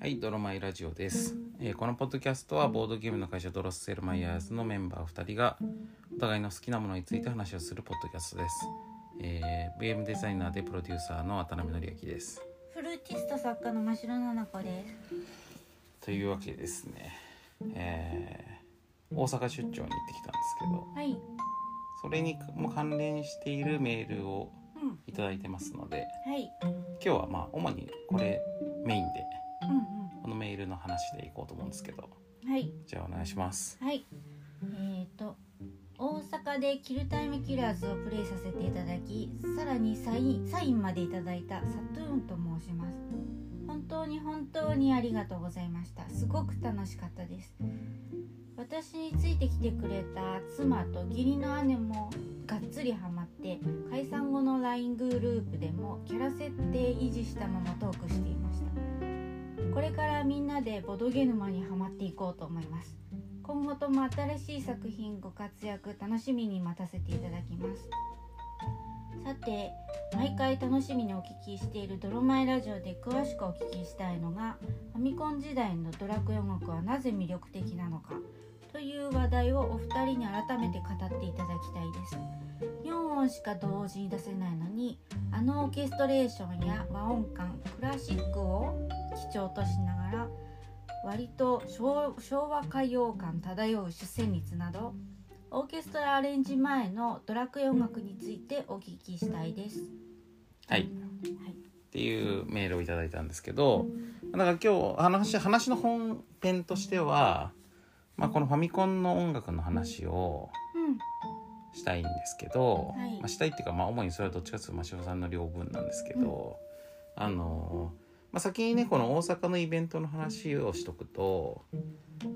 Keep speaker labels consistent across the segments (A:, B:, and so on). A: はい、ドロマイラジオです、えーこのポッドキャストはボードゲームの会社ドロッセルマイヤーズのメンバー2人がお互いの好きなものについて話をするポッドキャストです。えー、ゲームデザイナーでプロデューサーの渡辺則明です。
B: フルーティスト作家の真白なな子です。
A: というわけでですね、えー大阪出張に行ってきたんですけど、
B: はい。
A: それにも関連しているメールを
B: うん。
A: いただいてますので、
B: はい。
A: 今日はまあ主にこれメインで、
B: うん
A: このメールの話でいこうと思うんですけど、
B: うん。はい。
A: じゃあお願いします。
B: はい。えっ、と。大阪でキルタイムキラーズをプレイさせていただきさらにサインサインまでいただいたサトゥーンと申します本当に本当にありがとうございましたすごく楽しかったです私についてきてくれた妻と義理の姉もがっつりハマって解散後の LINE グループでもキャラ設定維持したままトークしていましたこれからみんなでボドゲ沼にハマっていこうと思います今後とも新しい作品ご活躍楽しみに待たせていただきますさて毎回楽しみにお聞きしている「ドロマイラジオ」で詳しくお聞きしたいのがファミコン時代の「ドラクエ音楽はなぜ魅力的なのか」という話題をお二人に改めて語っていただきたいです4音しか同時に出せないのにあのオーケストレーションや和音感クラシックを基調としながら割と昭昭和歌謡感漂う主旋律などオーケストラアレンジ前のドラクエ音楽についてお聞きしたいです。
A: はい。
B: はい、
A: っていうメールをいただいたんですけどなんか今日話話の本編としては、まあ、このファミコンの音楽の話を
B: うん、
A: したいんですけど、
B: はい
A: まあ、したいっていうか、まあ、主にそれはどっちかというと真汐さんの両分なんですけど、あの、まあ、先にねこの大阪のイベントの話をしとくと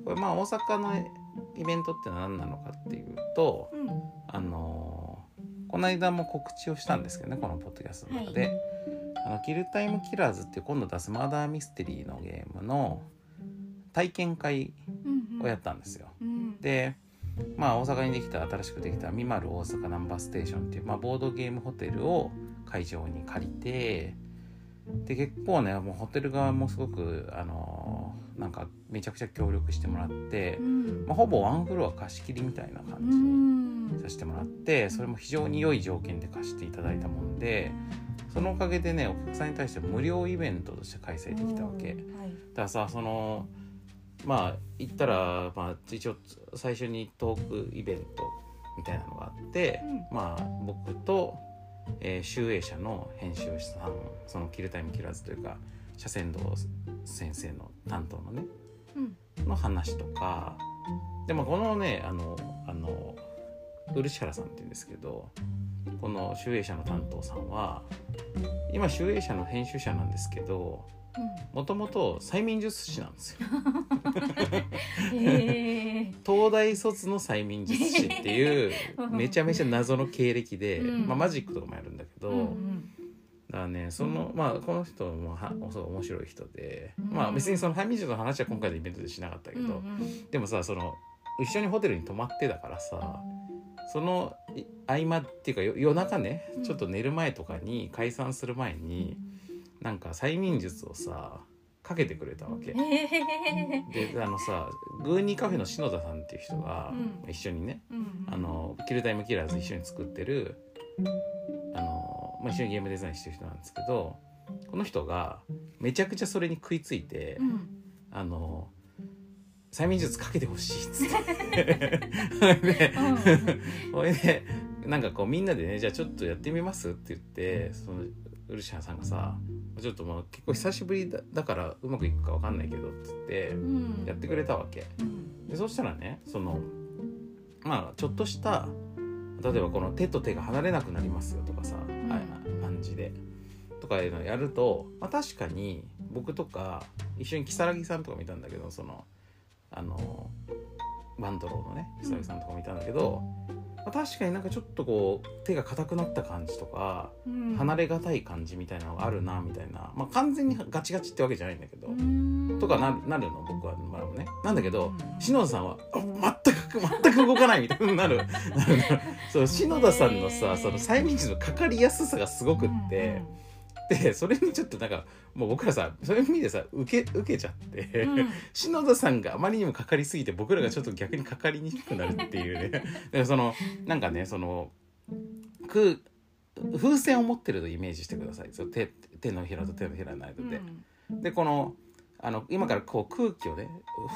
A: これまあ大阪のイベントって何なのかっていうと
B: うん、
A: あのこの間も告知をしたんですけどねこのポッドキャストの中で。
B: は
A: あのキルタイムキラーズっていう今度出すマーダーミステリーのゲームの体験会
B: うん、
A: をやったんですよ。
B: うん、
A: で、まあ、大阪にできた新しくできたミマル大阪ナンバーステーションっていう、まあ、ボードゲームホテルを会場に借りてで結構ねもうホテル側もすごくあのなんかめちゃくちゃ協力してもらって
B: う、ん、
A: まあ、ほぼワンフロア貸し切りみたいな
B: う
A: 感じに
B: ん、
A: させてもらってそれも非常に良い条件で貸していただいたもんで。そのおかげでねお客さんに対して無料イベントとして開催できたわけだか
B: はい、
A: らさそのまあ行ったら、まあ、一応最初にトークイベントみたいなのがあって、
B: う
A: まあ僕と、えー、集英社の編集者さんその「キルタイムキラーズ」というか斜線道先生の担当のね
B: うん、
A: の話とかでもこのねあのあの漆原さんって言うんですけどこの集英社の担当さんは今集英社の編集者なんですけどもともと催眠術師なんですよ
B: うん、へえ、
A: 東大卒の催眠術師って いうめちゃめちゃ謎の経歴で、
B: うん
A: まあ、マジックとかもやるんだけど、
B: うん、うん、
A: だからねそのまあこの人もはそう面白い人で、
B: うん
A: まあ別にその催眠術の話は今回のイベントでしなかったけ
B: う
A: ど、
B: ん、うん、
A: でもさその一緒にホテルに泊まってだからさそのい合間っていうかよ夜中ね
B: うん
A: ちょっと寝る前とかに解散する前になんか催眠術をさかけてくれたわけ。
B: へえ、
A: であのさグーニーカフェの篠田さんっていう人が
B: うん
A: 一緒にね
B: うん、
A: あ、のキルタイムキラーズ一緒に作ってるあの、まあ、一緒にゲームデザインしてる人なんですけどこの人がめちゃくちゃそれに食いついて。
B: うん、
A: あの催眠術かけてほしいっつってほいでほいでなんかこうみんなでねじゃあちょっとやってみますって言ってそのウルシャンさんがさちょっともう結構久しぶりだだからうまくいくかわかんないけどっつって
B: うん、
A: やってくれたわけ
B: うん、
A: でそしたらねそのまあちょっとした例えばこの手と手が離れなくなりますよとかさ、
B: ん
A: あ感じでとかいうのをやると、まあ、確かに僕とか一緒に如月さんとか見たんだけどそのあのバンドローのね如月さんとか見たんだけど、まあ、確かになんかちょっとこう手が硬くなった感じとか
B: うん、
A: 離れがたい感じみたいなのがあるなみたいな、まあ、完全にガチガチってわけじゃないんだけど、
B: うん、
A: とかななるの僕はまあねなんだけど、
B: うん
A: 篠田さんはあ全く全く動かないみたいに なるなるなるそう篠田さんの
B: へ
A: さ
B: ー
A: その催眠術のかかりやすさがすごくって、でそれにちょっとなんかもう僕らさそういう意味でさ受け受けちゃって、
B: うん
A: 篠田さんがあまりにもかかりすぎて僕らがちょっと逆にかかりにくくなるっていうねだからそのなんかねそのく風船を持ってるとイメージしてくださいそう手手のひらと手のひらの間
B: う
A: で。
B: ん
A: でこのあの今からこう空気をね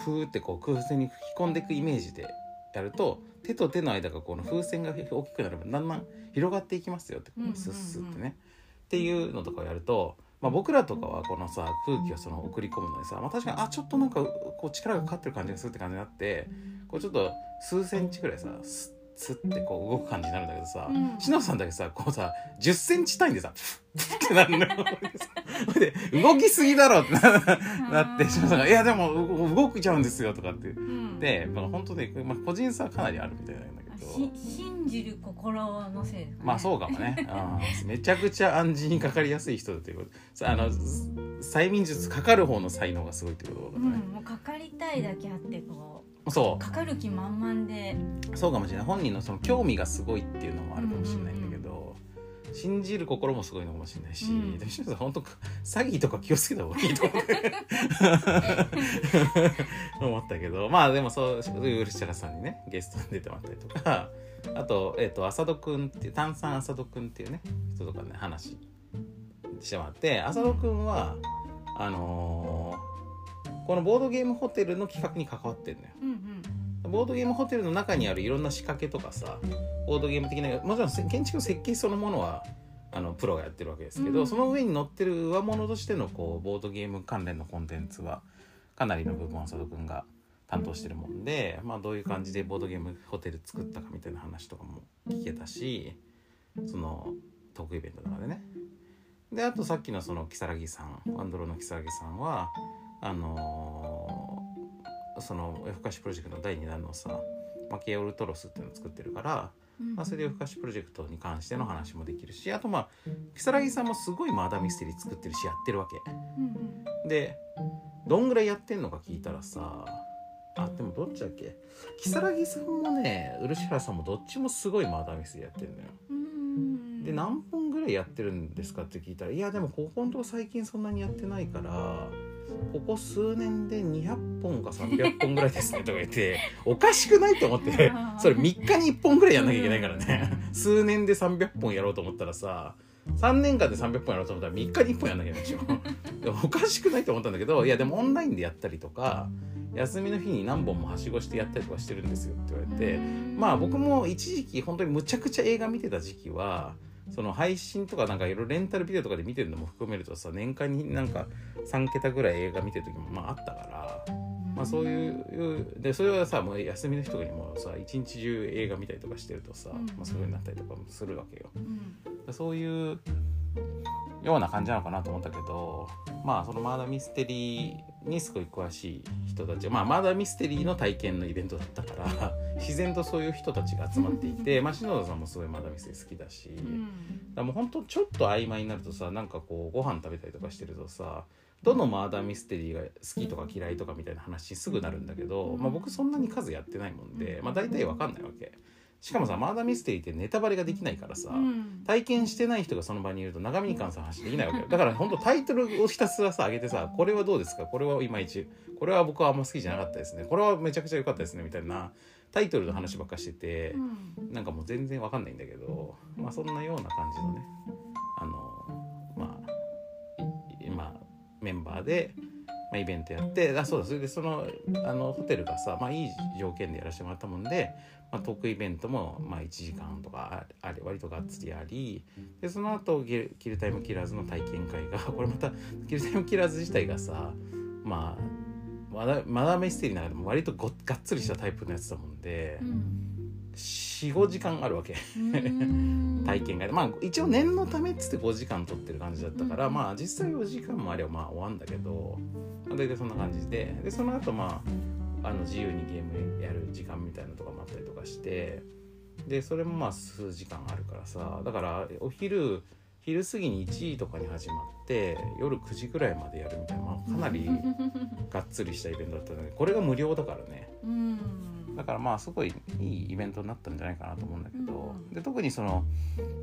A: ふーってこう空船に吹き込んでいくイメージでやると手と手の間がこの風船が大きくなればだんだん広がっていきますよってこ
B: うんうん
A: う
B: う
A: んスッスッってね、っていうのとかをやると、まあ、僕らとかはこのさ空気をその送り込むのでさ、まあ、確かにあちょっとなんかこう力がかかってる感じがするって感じになってこうちょっと数センチぐらいさスッスッってこう動く感じになるんだけどさ、
B: うん
A: 篠田さんだけさこうさ10センチ単位でさってなるのよ。 ほんで動きすぎだろってななって篠田さんが「いやでもう動いちゃうんですよ」とかって言
B: うん
A: って、まあ、本当ね、まあ、個人差はかなりあるみたいなんだ
B: あ
A: けど
B: し。信じる心のせいですかね
A: まあそうかもね、うん、めちゃくちゃ暗示にかかりやすい人だということさあのす催眠術かかる方の才能がすごいってことだ
B: う
A: ね
B: ん、、もうかかりたいだけあってこ
A: そう
B: かかる気満々で
A: うそうかもしれない本人のその興味がすごいっていうのもあるかもしれないんだけど、信じる心もすごいのかもしれないし、
B: うん
A: でも篠田さん本当詐欺とか気をつけた方がいいと思って思ったけど まあでもそうそういう漆原さんにねゲストに出てもらったりとかあと,、えっと浅戸くんっていう炭酸浅戸くんっていうね人とかね話してもらって浅戸くんはあのーこのボードゲームホテルの企画に関わってるのよ。
B: うん
A: ボードゲームホテルの中にあるいろんな仕掛けとかさボードゲーム的なもちろんせ建築の設計そのものはあのプロがやってるわけですけど、
B: うん
A: その上に載ってる上物としてのこうボードゲーム関連のコンテンツはかなりの部分は佐藤君が担当してるもんで、まあ、どういう感じでボードゲームホテル作ったかみたいな話とかも聞けたしそのトークイベントとかでね。であとさっきのその如月さんワンドローの如月さんはあのーその夜更かしプロジェクトの第2弾のさマケオルトロスっていうのを作ってるから、
B: うん
A: まあ、それで夜更かしプロジェクトに関しての話もできるしあとまあ如月さんもすごいマーダーミステリー作ってるしやってるわけ
B: うんうん
A: でどんぐらいやってんのか聞いたらさあでもどっちだっけ如月さんもね漆原さんもどっちもすごいマーダーミステリーやってるのよ
B: うん
A: で何本ぐらいやってるんですかって聞いたら「いやでもここのとこ最近そんなにやってないからここ数年で200本か300本ぐらいですね」とか言って おかしくないと思ってそれ3日に1本ぐらいやんなきゃいけないからね数年で300本やろうと思ったらさ3年間で300本やろうと思ったら3日に1本やんなきゃいけないでしょ でもおかしくないと思ったんだけど「いやでもオンラインでやったりとか休みの日に何本もはしごしてやったりとかしてるんですよ」って言われて。まあ僕も一時期本当にむちゃくちゃ映画見てた時期はその配信とかなんかいろいろレンタルビデオとかで見てるのも含めるとさ年間になんか3桁ぐらい映画見てる時もまああったから、まあ、そういうでそれはさもう休みの日とかにもさ一日中映画見たりとかしてるとさ、
B: うん
A: まあ、そういう風になったりとかもするわけよ。
B: うん
A: そういうような感じなのかなと思ったけどまあそのマーダーミステリーにすごい詳しい人たちまあマーダーミステリーの体験のイベントだったから 自然とそういう人たちが集まっていて、まあ、篠田さんもすごいマーダーミステリー好きだし、
B: う
A: だか
B: ん
A: らもうほんとちょっと曖昧になるとさなんかこうご飯食べたりとかしてるとさどのマーダーミステリーが好きとか嫌いとかみたいな話にすぐなるんだけど、まあ、僕そんなに数やってないもんで、まあ、大体わかんないわけ。しかもさマーダーミステリーってネタバレができないからさ、
B: うん
A: 体験してない人がその場にいると長見館さん話できないわけよだから本当タイトルをひたすらさ上げてさこれはどうですかこれはいまいちこれは僕はあんま好きじゃなかったですねこれはめちゃくちゃ良かったですねみたいなタイトルの話ばっかしてて
B: うん
A: なんかもう全然わかんないんだけどまあそんなような感じのねあのまあいいまあメンバーで。まあ、イベントやってあそうだそれでそのあのホテルがさ、まあ、いい条件でやらせてもらったもんで、まあ、トークイベントも、まあ、1時間とかああれ割とがっつりありでその後ギルキルタイムキラーズの体験会が これまたキルタイムキラーズ自体がさまあマダマダメステリーの中でも割とごがっつりしたタイプのやつだもんで
B: うん
A: 45時間あるわけ
B: うん
A: 体験会でまあ一応念のためっつって5時間取ってる感じだったから、
B: うん
A: まあ実際4時間もあればまあ終わんだけど、まあ、大体そんな感じででその後まああの自由にゲームやる時間みたいなのとかもあったりとかしてでそれもまあ数時間あるからさだからお昼昼過ぎに1時とかに始まって夜9時ぐらいまでやるみたいな、まあ、かなりがっつりしたイベントだったのでこれが無料だからね
B: うん
A: だからまあすごいいいイベントになったんじゃないかなと思うんだけど、
B: うん
A: で特にその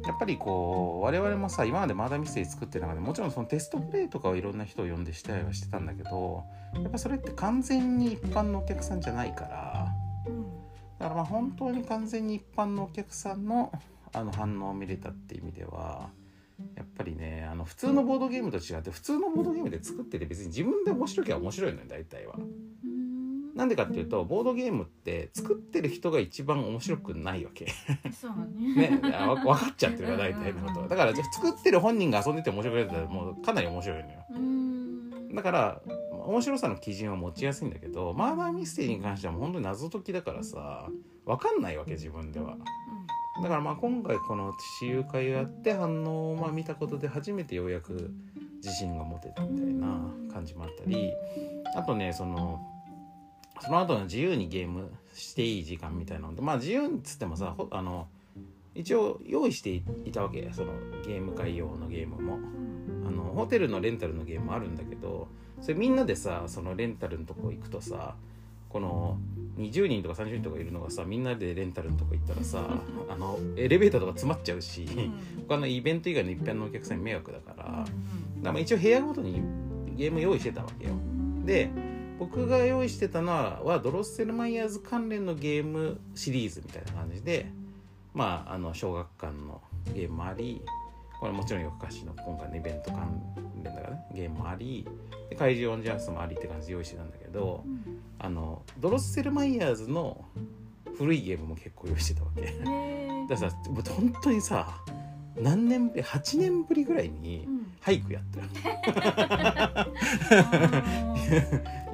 A: やっぱりこう我々もさ今までマーダーミステリー作ってる中でもちろんそのテストプレイとかをいろんな人を呼んでしたりはしてたんだけどやっぱそれって完全に一般のお客さんじゃないから
B: うん
A: だからまあ本当に完全に一般のお客さんのあの反応を見れたっていう意味ではやっぱりねあの普通のボードゲームと違って普通のボードゲームで作ってて別に自分で面白きゃ面白いのよ大体は。
B: うん
A: なんでかっていうとボードゲームって作ってる人が一番面白くないわけ。
B: そうね
A: ね、あわ分かっちゃってるから大体のことはだからじゃあ作ってる本人が遊んでて面白くなったらもうかなり面白いのよ
B: うん
A: だから面白さの基準は持ちやすいんだけどマーダーミステリーに関してはもう本当に謎解きだからさ分かんないわけ自分ではだからまあ今回この私有会をやって反応をまあ見たことで初めてようやく自信が持てたみたいな感じもあったりあとねそのその後の自由にゲームしていい時間みたいなのでまあ自由っつってもさほあの一応用意していたわけそのゲーム会用のゲームも
B: うん
A: あのホテルのレンタルのゲームあるんだけどそれみんなでさそのレンタルのとこ行くとさこの20人とか30人とかいるのがさみんなでレンタルのとこ行ったらさあのエレベーターとか詰まっちゃうし
B: うん
A: 他のイベント以外の一般のお客さんに迷惑だからだか
B: う
A: らまあ一応部屋ごとにゲーム用意してたわけよ。
B: ん
A: で僕が用意してたのははドロッセルマイヤーズ関連のゲームシリーズみたいな感じでまああの小学館のゲームもありこれもちろん夜更かしの今回のイベント関連だからねゲームもありで怪獣オンジャンスもありって感じで用意してたんだけど
B: うん
A: あのドロッセルマイヤーズの古いゲームも結構用意してたわけ。
B: へー
A: だからさもう本当にさ何年ぶり8年ぶりぐらいに
B: うん
A: 俳句やったよ
B: あー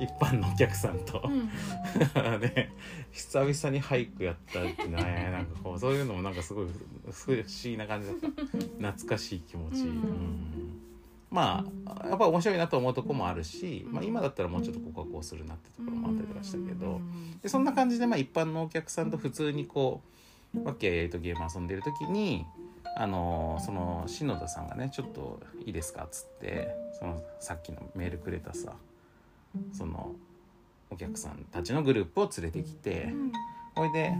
A: 一般のお客さんと。
B: うん
A: ね、久々に俳句やったって ねなんかこうそういうのもなんかすごいすごい不思議な感じだった懐かしい気持ち、
B: うん
A: うんまあやっぱ面白いなと思うとこもあるし、まあ、今だったらもうちょっとここはこうするなってところもあったりとかしたけどでそんな感じでまあ一般のお客さんと普通にこう和気あいあいとゲーム遊んでる時に。あのその篠田さんがね「ちょっといいですか」っつってそのさっきのメールくれたさそのお客さんたちのグループを連れてきて
B: うん
A: ほいで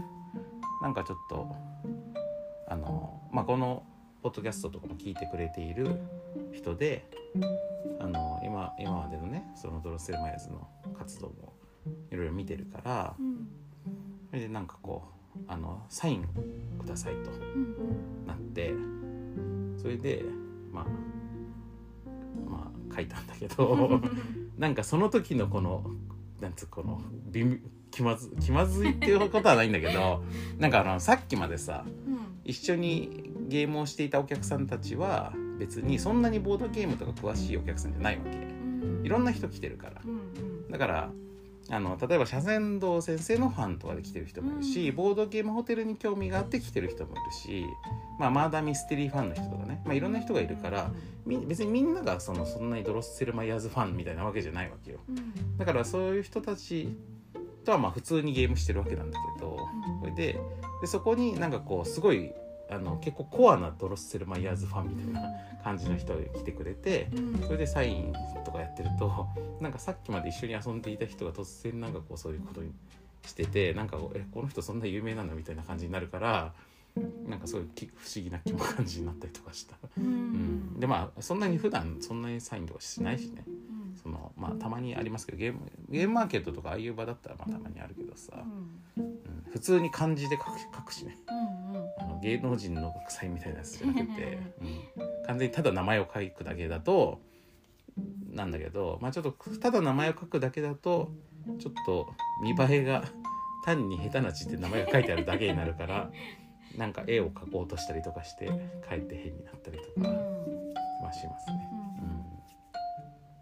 A: なんかちょっとあの、まあ、このポッドキャストとかも聞いてくれている人であの今今までのねそのドロッセルマイヤーズの活動もいろいろ見てるから
B: うん
A: それでなんかこうあのサインくださいと
B: うん
A: なってそれでまあまあ書いたんだけ ど。なんかその時のこのなんつうこの微妙気まず気まずいっていうことはないんだけどなんかあのさっきまでさ
B: うん
A: 一緒にゲームをしていたお客さんたちは別にそんなにボードゲームとか詳しいお客さんじゃないわけ
B: うん
A: いろんな人来てるから
B: うん
A: だからあの例えば左仙道先生のファンとかで来てる人もいるし、ボードゲームホテルに興味があって来てる人もいるし、まあ、マーダーミステリーファンの人とかね、まあ、いろんな人がいるからみ別にみんながそのそんなにドロッセルマイヤーズファンみたいなわけじゃないわけよ。
B: うん
A: だからそういう人たちとはまあ普通にゲームしてるわけなんだけど、それででそこになんかこうすごいあの結構コアなドロッセルマイヤーズファンみたいな感じの人が来てくれて
B: うん
A: それでサインとかやってると なんかさっきまで一緒に遊んでいた人が突然なんかこうそういうことにしててなんかこうえこの人そんな有名なのみたいな感じになるからなんかそういうき不思議な気も感じになったりとかした、
B: う
A: うん、
B: ん
A: でまあそんなに普段そんなにサインとかしないしね
B: うん
A: そのまあたまにありますけどゲームゲームマーケットとかああいう場だったらまあたまにあるけどさ、うん普通に漢字で書く書くしね
B: うんうん
A: あの芸能人の学祭みたいなやつじゃなくて、 うん完全にただ名前を書くだけだとなんだけど、まあ、ちょっとただ名前を書くだけだとちょっと見栄えが単に下手な字って名前が書いてあるだけになるから なんか絵を描こうとしたりとかして書いて変になったりと
B: う
A: か、
B: ん
A: まあ、しますね。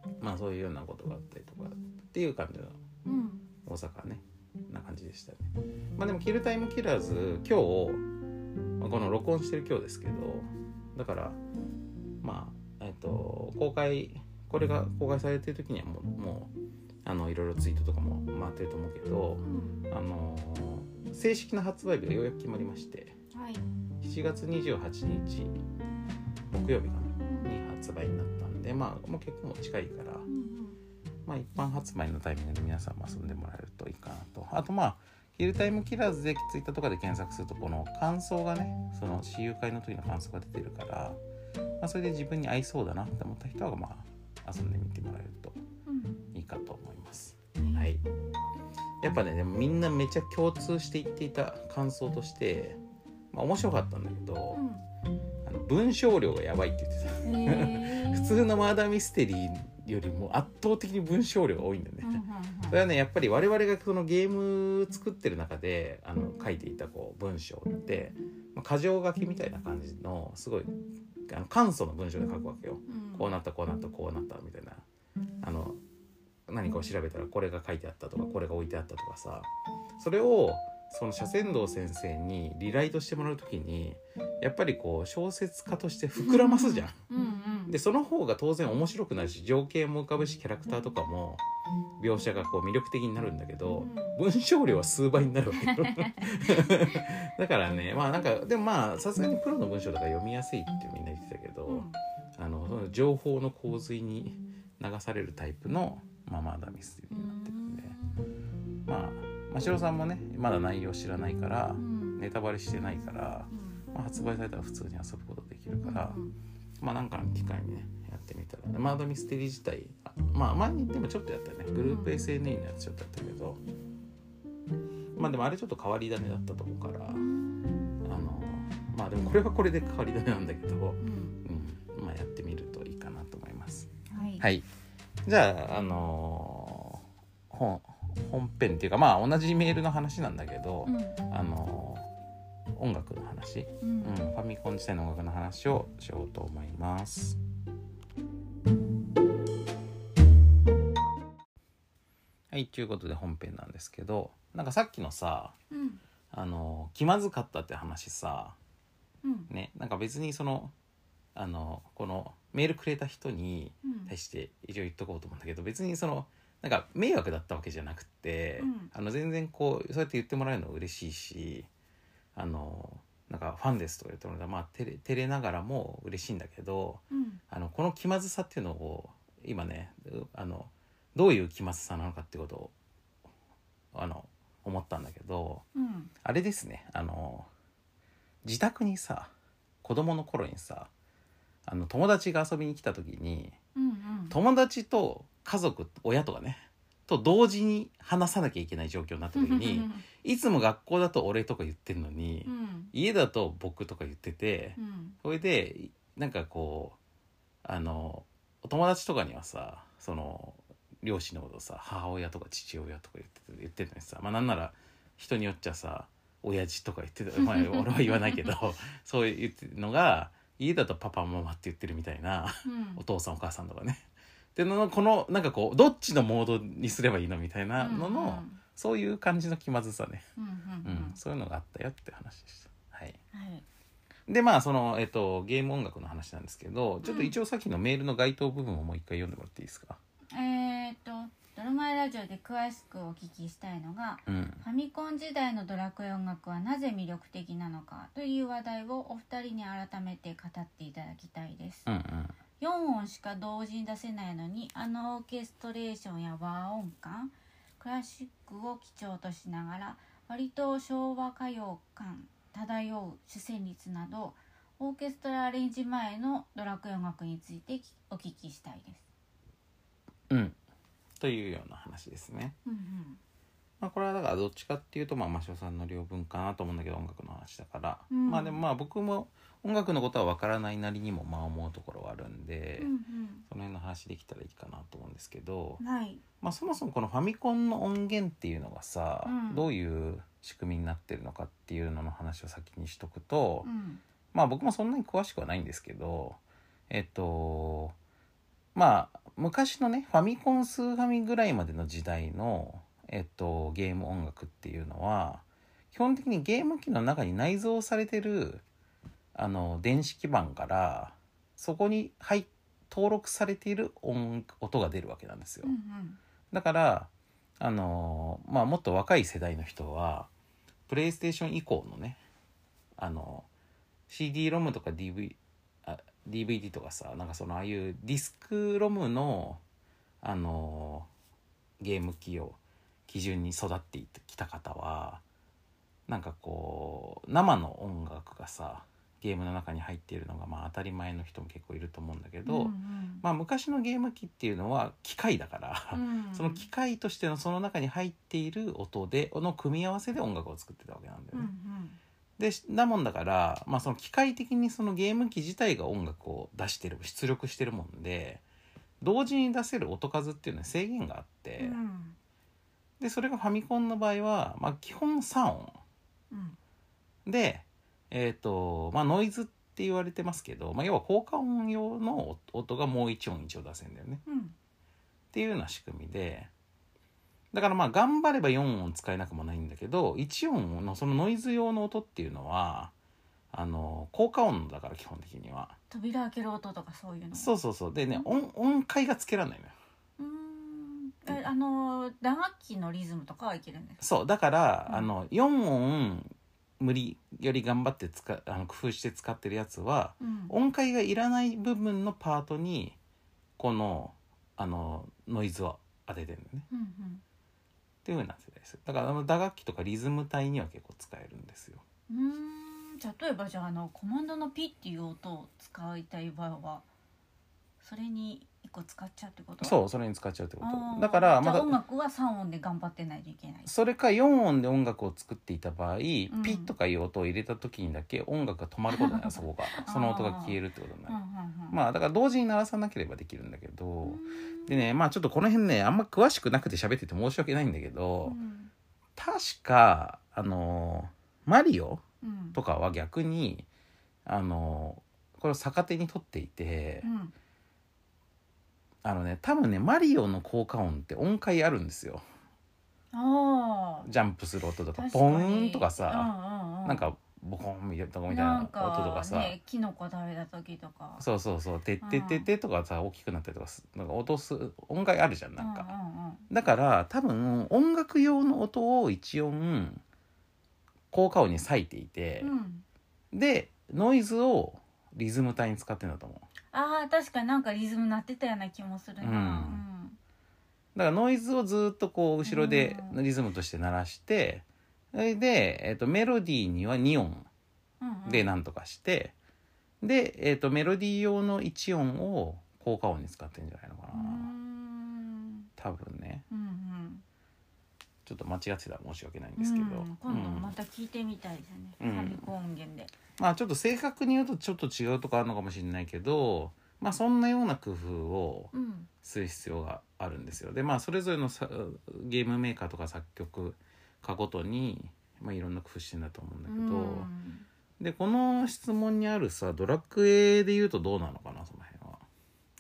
A: うんまあそういうようなことがあったりとかっていう感じの
B: うん
A: 大阪ねな感じでしたねまあでも「キルタイムキラーズ」今日、まあこの録音してる今日ですけどだからまあえっと公開これが公開されてる時にはもうもうあのいろいろツイートとかも回ってると思うけど
B: うん
A: あのー正式な発売日がようやく決まりまして
B: はい
A: 7月28日木曜日かなに発売になったんで、まあ、もう結構もう近いから、
B: うんうん
A: まあ、一般発売のタイミングで皆さんも遊んでもらえるといいかなとあとまあ「ヒルタイムキラーズ」でツイッターとかで検索するとこの感想がねその私有会の時の感想が出てるから、まあ、それで自分に合いそうだなって思った人はまあ遊んでみてもらえると
B: うん
A: いいかと思います。
B: うん
A: はい、やっぱねでもみんなめっちゃ共通して言っていた感想として、まあ、面白かったんだけど、あの文章量がやばいって言ってた。
B: うんへー
A: 普通のマーダーミステリーよりも圧倒的に文章量が多いんだよね。
B: うんうんうん
A: それはねやっぱり我々がこのゲーム作ってる中であの書いていたこう文章って、まあ、箇条書きみたいな感じのすごいあの簡素な文章で書くわけよ。
B: うん
A: こうなったこうなったこうなったみたいなあの何かを調べたらこれが書いてあったとかこれが置いてあったとかさそれをその斜仙堂先生にリライトしてもらう時にやっぱりこう小説家として膨らますじゃん。
B: うんうん
A: でその方が当然面白くなるし情景も浮かぶしキャラクターとかも描写がこう魅力的になるんだけど文章量は数倍になるわけよ だからねまあなんかでもまあさすがにプロの文章だから読みやすいってみんな言ってたけど、
B: うん
A: あのその情報の洪水に流されるタイプのママダミステリーになってるんで、まあ真城さんもねまだ内容知らないから
B: うん
A: ネタバレしてないから、
B: うん
A: まあ、発売されたら普通に遊ぶことできるから。
B: うん
A: まあなんかの機会にねやってみたらマードミステリー自体あまあ前にでもちょっとやったよねグループ SNE のやつちょっとやったけどまあでもあれちょっと変わり種だったと思うからあのまあでもこれはこれで変わり種なんだけど、う
B: うん
A: ん、まあやってみるといいかなと思います
B: はい
A: はいじゃああのー本本編っていうかまあ同じメールの話なんだけど、
B: うん
A: あのー音楽の話、
B: うん
A: うん、ファミコン自体の音楽の話をしようと思います。はい、ということで本編なんですけど、なんかさっきのさ、
B: うん
A: あの、気まずかったって話さ、
B: うん
A: ね、なんか別にその、あの、このメールくれた人に
B: うん
A: 対して一応言っとこうと思うんだけど、別にその、なんか迷惑だったわけじゃなくて、
B: うん
A: あの全然こうそうやって言ってもらえるの嬉しいしあのなんかファンですとか言ってもらったらまあ照れ照れながらも嬉しいんだけど
B: うん
A: あのこの気まずさっていうのを今ねうあのどういう気まずさなのかってことをあの思ったんだけど
B: うん
A: あれですねあの自宅にさ子供の頃にさあの友達が遊びに来た時に
B: うんうん
A: 友達と家族親とかねと同時に話さなきゃいけない状況になった時に。いつも学校だと俺とか言ってるのに、
B: うん
A: 家だと僕とか言ってて、
B: うん
A: それでいなんかこうあのお友達とかにはさその両親のことをさ母親とか父親とか言って言ってるのにさ、まあなんなら人によっちゃさ親父とか言ってた、まあ、俺は言わないけ どそう言ってるのが家だとパパママって言ってるみたいな
B: うん
A: お父さんお母さんとかね。 でのこのなんかこうどっちのモードにすればいいのみたいなのの、そういう感じの気まずさね。
B: うんうんう
A: うん
B: うんん、
A: そういうのがあったよって話でした。はい、
B: はい
A: でまあその、えっと、ゲーム音楽の話なんですけどちょっと一応さっきのメールの該当部分をもう一回読んでもらっていいですか、
B: えー、っと「ドラマイラジオ」で詳しくお聞きしたいのが
A: うん
B: ファミコン時代のドラクエ音楽はなぜ魅力的なのかという話題をお二人に改めて語っていただきたいです
A: うんうん
B: 4音しか同時に出せないのにあのオーケストレーションや和音感クラシックを基調としながら割と昭和歌謡感漂う主旋律などオーケストラアレンジ前のドラクエ音楽についてお聞きしたいです。
A: うん、というような話ですね。
B: うんうん
A: まあ、これはだからどっちかっていうとまあ真汐さんの両分かなと思うんだけど音楽の話だから、
B: うん
A: まあでもまあ僕も音楽のことは分からないなりにもまあ思うところはあるんで、
B: うん
A: その辺の話できたらいいかなと思うんですけど
B: う、んはい
A: まあ、そもそもこのファミコンの音源っていうのがさ、
B: うん
A: どういう仕組みになってるのかっていうのの話を先にしとくと、
B: うん
A: まあ僕もそんなに詳しくはないんですけどえっとまあ昔のねファミコンスーファミぐらいまでの時代の、えっと、ゲーム音楽っていうのは基本的にゲーム機の中に内蔵されてるあの電子基板からそこに入登録されている音音が出るわけなんですよ。
B: うんうん
A: だからあのーまあもっと若い世代の人はプレイステーション以降のねあの CD ロムとか DV あ DVD とかさなんかそのああいうディスクロムのあのゲーム機を基準に育ってきた方はなんかこう生の音楽がさゲームの中に入っているのがまあ当たり前の人も結構いると思うんだけど、
B: うんうん
A: まあ、昔のゲーム機っていうのは機械だから、
B: うん
A: その機械としてのその中に入っている音での組み合わせで音楽を作ってたわけなんだよ
B: うん
A: ね。
B: うん
A: でだもんだから、まあ、その機械的にそのゲーム機自体が音楽を出してる出力してるもんで同時に出せる音数っていうのは制限があって、
B: うん
A: でそれがファミコンの場合は、まあ、基本3音
B: うん
A: で、えーとまあ、ノイズって言われてますけど、まあ、要は効果音用の音がもう1音一応出せるんだよね。
B: うん
A: っていうような仕組みでだからまあ頑張れば4音使えなくもないんだけど1音のそのノイズ用の音っていうのはあの効果音だから基本的には
B: 扉開ける音とかそういうの
A: そうそうそうでね音音階がつけられないのよ
B: うーんえあのー打楽器のリズムとかはいけるんですか
A: そうだから、
B: うん
A: あの4音無理より頑張って使あの工夫して使ってるやつは
B: うん
A: 音階がいらない部分のパートにこのあのノイズを当ててるのね
B: うんうん
A: っていう風な世代ですだからあの打楽器とかリズム体には結構使えるんですよ
B: うーん例えばじゃああのコマンドの「ピ」っていう音を使いたい場合はそれに一個使っちゃうってこと
A: そうそれに使っちゃうってこ
B: あー
A: とだから
B: じゃ
A: ま
B: あ音
A: だ
B: 楽は3音で頑張ってないといけない
A: それか4音で音楽を作っていた場合、ピ
B: ん
A: ッとかいう音を入れた時にだけ音楽が止まることになるそこ
B: あー
A: がその音が消えるってことにな
B: うん
A: る
B: う、んうん
A: まあだから同時に鳴らさなければできるんだけ
B: う
A: ど、
B: ん
A: でねまあちょっとこの辺ねあんま詳しくなくて喋ってて申し訳ないんだけど、
B: うん
A: 確かあのーマリオ
B: うん
A: とかは逆にあのーこれを逆手に取っていて、
B: うん
A: あのね多分ねマリオの効果音って音階あるんですよ
B: あ
A: ジャンプする音と
B: あ
A: かポーンとかさ、
B: な
A: なんかボコンみたいなとこみたいな
B: なん
A: 音と
B: か
A: かさ
B: ねキノコ食べた時とか
A: そうそうそう「てってってって」とかさ大きくなったりとかすなんか音す音階あるじゃんなん
B: う
A: か、
B: んうんうん
A: だから多分音楽用の音を一音効果音に割いていて、
B: うん、
A: でノイズをリズム体に使ってんだと思う
B: あー確かになんかリズム鳴ってたような気もするな、
A: う
B: うんん
A: だからノイズをずっとこう後ろでリズムとして鳴らして、それで、えっとメロディーには2音
B: うんうん、
A: でなんとかして、で、えー、とメロディー用の1音を効果音に使ってんじゃないのかな
B: う、ーん
A: 多分ね
B: うんうん
A: ちょっと間違ってたら申し訳ないんですけど、
B: うん、今度
A: うん
B: また聞いてみたいですね、
A: うん
B: ファミコン音源で、
A: まあちょっと正確に言うとちょっと違うとこあるのかもしれないけどまあそんなような工夫を
B: うん、
A: する必要があるんですよでまあそれぞれのさゲームメーカーとか作曲家ごとに、まあ、いろんな工夫してんだと思うんだけど、
B: うん
A: でこの質問にあるさドラクエで言うとどうなのかなその辺は。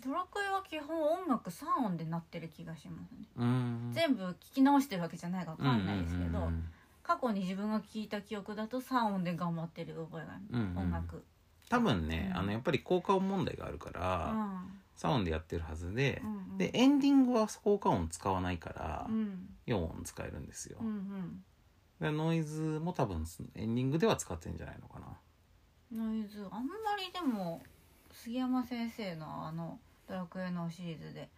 B: ドラクエは基本音楽3音で鳴ってる気がしますね、
A: うん
B: 全部聞き直してるわけじゃないかわかんないですけど、
A: うんうんうん
B: 過去に自分が聞いた記憶だと3音で頑張ってる覚えがある、
A: うんうん
B: 音楽、
A: 多分ね、
B: うん
A: あのやっぱり効果音問題があるか
B: う
A: ら、
B: ん
A: サウンドやってるはずで
B: う、ん、
A: でエンディングは効果音使わないから、
B: うん
A: 4音使えるんですよ
B: うんう、ん
A: でノイズも多分エンディングでは使ってんじゃないのかな
B: ノイズあんまりでも杉山先生のあの「ドラクエ」のシリーズで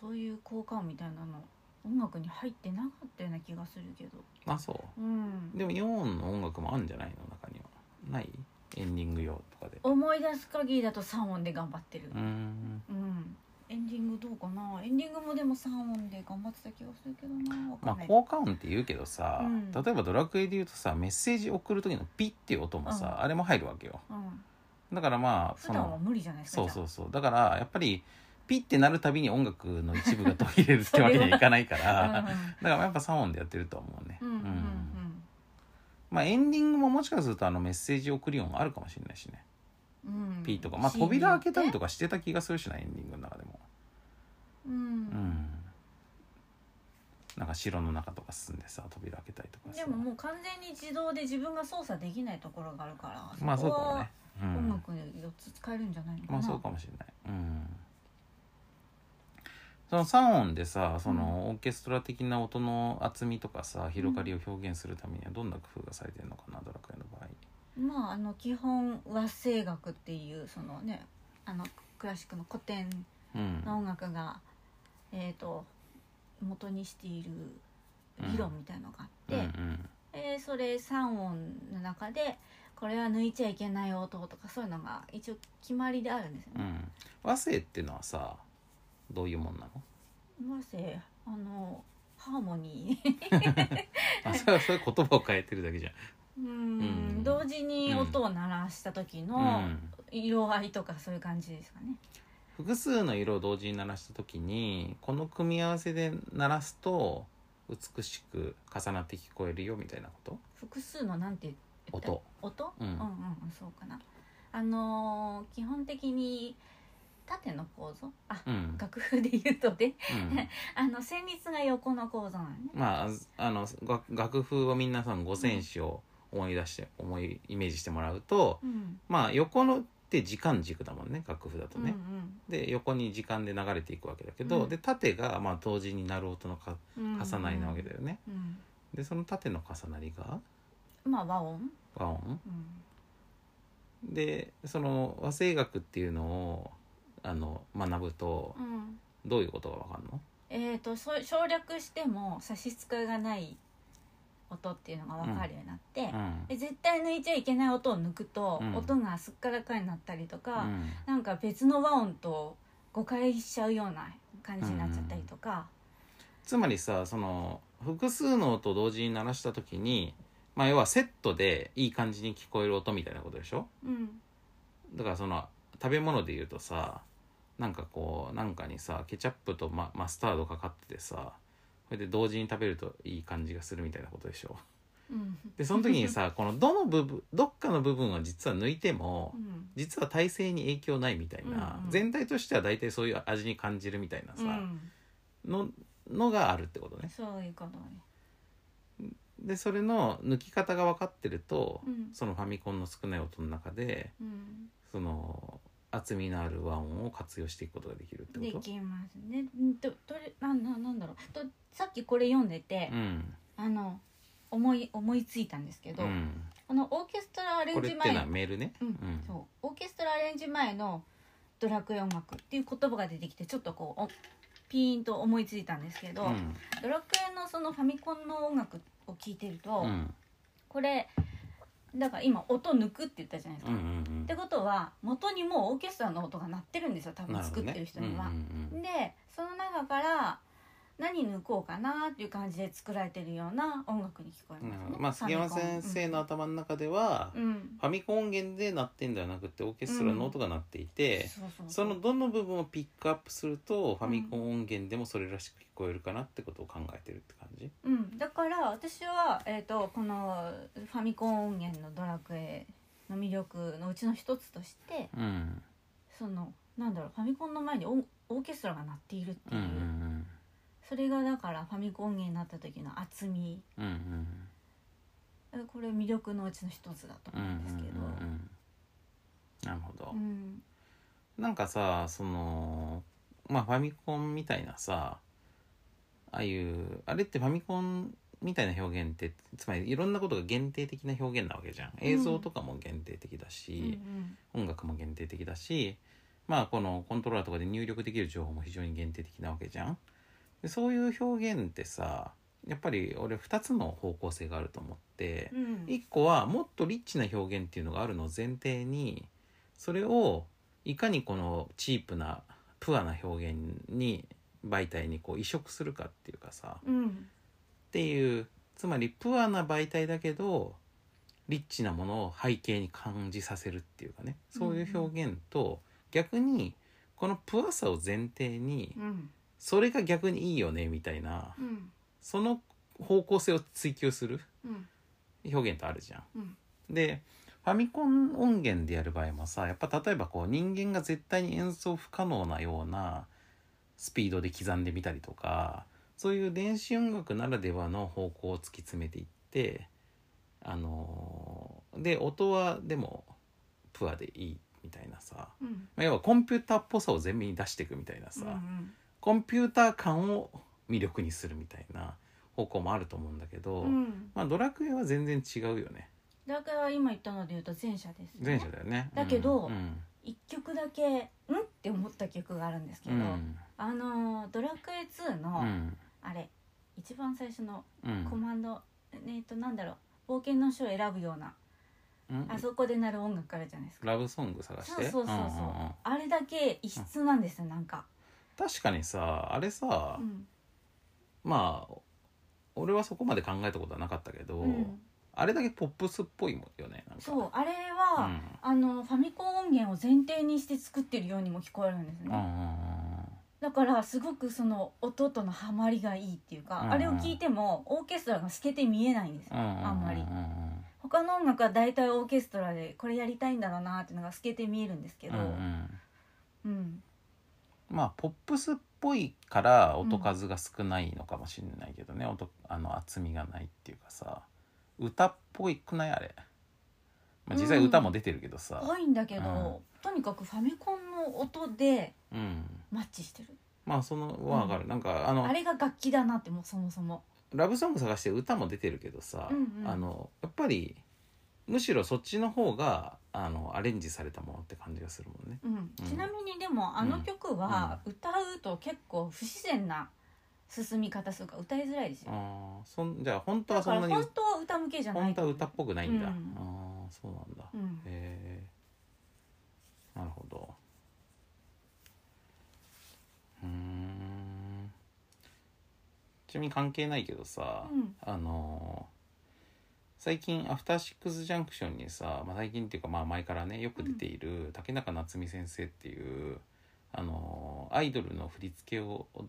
B: そういう効果音みたいなの音楽に入ってなかったような気がするけど
A: あそう
B: うん
A: でも4音の音楽もあるんじゃないの中にはないエンディング用とかで
B: 思い出す限りだと3音で頑張ってる
A: うーん
B: うんエンディングどうかなエンディングもでも3音で頑張ってた気がするけどな
A: ま
B: わか
A: あ
B: んない、
A: 効果音って言うけどさ、
B: うん
A: 例えばドラクエで言うとさメッセージ送る時のピッっていう音もさ、
B: うん
A: あれも入るわけよ
B: うん、
A: だからまあ
B: 普段は無理じゃないですか
A: そうそううそうだからやっぱりピッてなるたびに音楽の一部が途切れるってわけにはいかないから
B: う
A: だ
B: ん
A: か
B: う
A: らやっぱ3音でやってると思 うね、
B: んうんうんう
A: うん
B: ん
A: まあエンディングももしかするとあのメッセージ送り音あるかもしれないしね、
B: うん
A: ピッとかまあ扉開けたりと
B: か
A: かしてた気がするしなエンディングの中でも
B: うん、
A: うんなんか城の中とか進んでさ扉開けたりとか
B: で
A: さ
B: ももう完全に自動で自分が操作できないところがあるから
A: まあそう
B: こ
A: かも
B: は
A: ね、う
B: 音
A: ん、
B: 楽で4つ使えるんじゃないのか
A: ま
B: な、
A: あそうかもしれないうんその3音でさそのオーケストラ的な音の厚みとかさ広がりを表現するためにはどんな工夫がされてるのかなドラクエの場合
B: まああの基本和声楽っていうそのねあのクラシックの古典
A: うん
B: の音楽が、えー、と元にしている議論みたいのがあって、
A: うんうん
B: えーそれ3音の中でこれは抜いちゃいけない音とかそういうのが一応決まりであるんですよ
A: う
B: ね。
A: ん和声ってのはさどういうもんなの
B: まずあのハーモニー
A: あそれはそれ言葉を変えてるだ けじ
B: う
A: う
B: ー
A: ん
B: ん同時に音を鳴らした時
A: ゃん、
B: の
A: うん、
B: 色合いとかそういう感じですかね。
A: 複数の色を同時に鳴らした時にこの組み合わせで鳴らすと美しく重なって聞こえるよみたいなこと
B: 複数のなんて言った
A: 音
B: 音、
A: うん
B: うんうんうんそうかなあのー基本的に縦の構造あ、
A: うん、
B: 楽譜で言うとで、ね、
A: うん、
B: あの旋律が横の構造なのね
A: まああのが楽譜を皆さん五線紙を思い出して、思いイメージしてもらうと
B: うん、
A: まあ横のって時間軸だもんね楽譜だと
B: うんう
A: ね、
B: ん
A: で横に時間で流れていくわけだけど、
B: うん
A: で縦がまあ同時になる音のか
B: うん
A: 重なりなわけだよね、
B: うん
A: でその縦の重なりが
B: まあ和音、
A: 和音
B: うん
A: でその和声楽っていうのをあの学ぶと
B: うん、
A: どういうことがわかるの、
B: えっ、とそう省略しても差し支えがない音っていうのが分かるようになって、
A: うん
B: で絶対抜いちゃいけない音を抜くと、
A: うん
B: 音がすっからかになったりとか、
A: うん
B: なんか別の和音と誤解しちゃうような感じになっちゃったりとか、
A: つまりさその複数の音を同時に鳴らした時に、まあ、要はセットでいい感じに聞こえる音みたいなことでしょ
B: うん
A: だからその食べ物で言うとさなんかこうなんかにさケチャップとママスタードかかっててさそれで同時に食べるといい感じがするみたいなことでしょ
B: うん
A: でその時にさこのどの部分どっかの部分は実は抜いても
B: うん
A: 実は体勢に影響ないみたいな、
B: うんうん
A: 全体としては大体そういう味に感じるみたいな
B: う
A: さ、
B: ん、
A: ののがあるってことね
B: そういうことね、
A: でそれの抜き方が分かってると、
B: うん
A: そのファミコンの少ない音の中で
B: うん、
A: その厚みのある和音を活用していくことができるって
B: で
A: こと
B: きますねんととれあななんだろうとさっきこれ読んでて
A: う、ん
B: あの思い思いついたんですけど、
A: うん、
B: このオーケストラアレ
A: こ
B: ン
A: れっ
B: ジ
A: て
B: 前
A: のはメールね、
B: うん
A: うん
B: そうオーケストラアレンジ前の「ドラクエ音楽」っていう言葉が出てきてちょっとこうおピーンと思いついたんですけど、
A: うん
B: ドラクエのそのファミコンの音楽を聴いてると、
A: うん
B: これだから今音抜くって言ったじゃないです
A: う
B: か、
A: んう
B: っ
A: ん
B: てことは元にもうオーケストラの音が鳴ってるんですよ多
A: うんなる
B: 分作
A: ほど
B: っ
A: ね
B: てる人に
A: う
B: は。
A: んうんうん
B: でその中から何抜こうかなっていう感じで作られてるような音楽に聞こえ
A: なる
B: ます
A: ほ
B: ね
A: ど。まあ杉山先生の頭の中では、
B: うん、うん
A: ファミコン音源で鳴ってんではなくてオーケストラの音が鳴っていて、
B: そうそう
A: そのどの部分をピックアップするとファミコン音源でもそれらしく聞こえるかなってことを考えてるって感じ、
B: うん、だから私は、えー、とこのファミコン音源の「ドラクエ」の魅力のうちの一つとして
A: うん、
B: そのなんだろうファミコンの前にオオーケストラが鳴っているって
A: う
B: い
A: んう
B: う、
A: ん
B: それがだからファミコン音源になった時の厚み
A: うんうんうん
B: えこれ魅力のうちの一つだと
A: うんうんう
B: 思うんですけど。
A: んうんなるほど、
B: うん
A: なんかさそのまあファミコンみたいなさああいうあれってファミコンみたいな表現ってつまりいろんなことが限定的な表現なわけじゃん映像とかも限定的だ
B: う
A: し、
B: ん
A: 音楽も限定的だしまあこのコントローラーとかで入力できる情報も非常に限定的なわけじゃんでそういう表現ってさやっぱり俺2つの方向性があると思って
B: う、ん
A: 1個はもっとリッチな表現っていうのがあるのを前提にそれをいかにこのチープなプアな表現に媒体にこう移植するかっていうかさ
B: う
A: っ
B: ん
A: ていうつまりプアな媒体だけどリッチなものを背景に感じさせるっていうかねそういう表現と逆にこのプアさを前提に
B: うん
A: それが逆にいいよねみたいな
B: うん
A: その方向性を追求する
B: うん
A: 表現ってあるじゃん。
B: うん
A: でファミコン音源でやる場合もさやっぱ例えばこう人間が絶対に演奏不可能なようなスピードで刻んでみたりとかそういう電子音楽ならではの方向を突き詰めていってあのーで音はでもプアでいいみたいなさ、
B: うん
A: まあ、要はコンピューターっぽさを前面に出していくみたいなさ、
B: うん
A: コンピューター感を魅力にするみたいな方向もあると思うんだけど、
B: うん
A: まあドラクエは全然違うよね。
B: だから今言ったので言うと前者です、
A: 前
B: ね、
A: 者だよね
B: だけど
A: うん
B: 1曲だけんって思った曲があるんですけ
A: う
B: ど、
A: ん
B: あのードラクエ2
A: う
B: の、
A: ん
B: あれ一番最初の
A: うん
B: コマンド、えっとなんだろう冒険の書を選ぶような
A: うん
B: あそこで鳴る音楽あるじゃないですか、
A: ラブソング探して
B: そうそうそうそうん
A: んん
B: あれだけ異質なんですよなんか、
A: 確かにさあれさ、
B: うん
A: まあ俺はそこまで考えたことはなかったけど、
B: うん、
A: あれだけポップスっぽいもんよねなんか
B: そうあれ
A: う
B: は、
A: ん
B: あのファミコン音源を前提にして作ってるようにも聞こえるんです
A: う
B: ね、
A: んうん
B: だからすごくその音とのハマりがいいっていうか、
A: うんうん
B: あれを聞いてもオーケストラが透けて見えないんですよ、
A: うんうん
B: あんまり
A: うんうん
B: 他の音楽は大体オーケストラでこれやりたいんだろうなっていうのが透けて見えるんですけど、
A: う
B: うん
A: うんんまあポップスっぽいから音数が少ないのかもしれないけどね、音あの厚みがないっていうかさ歌っぽいくないあれ、まあ、実際歌も出てるけどさ、
B: 怖いんだけど、
A: うん
B: とにかくファミコンの音で
A: うん
B: マッチしてる
A: まあそのはわかる、なんかあの
B: あれが楽器だなってもうそもそも
A: ラブソング探して歌も出てるけどさ、
B: うんうん
A: あのやっぱりむしろそっちの方があのアレンジされたものって感じがするもんね。
B: うん、
A: うん
B: ちなみにでもあの曲は歌うと結構不自然な進み方するから歌いづらいですよ、
A: あーそんじゃあ本当
B: だ
A: はそ
B: から
A: んなに
B: 本当は歌向けじゃない
A: 本当は歌っぽくないんだ。
B: うん
A: ああそうなんだ。
B: うん
A: へえなるほどうーんちなみに関係ないけどさ、
B: うん
A: あのー最近「アフターシックス・ジャンクション」にさ、まあ、最近っていうかまあ前からねよく出ている竹中夏実先生っていう、あのーアイドルの振り付けをお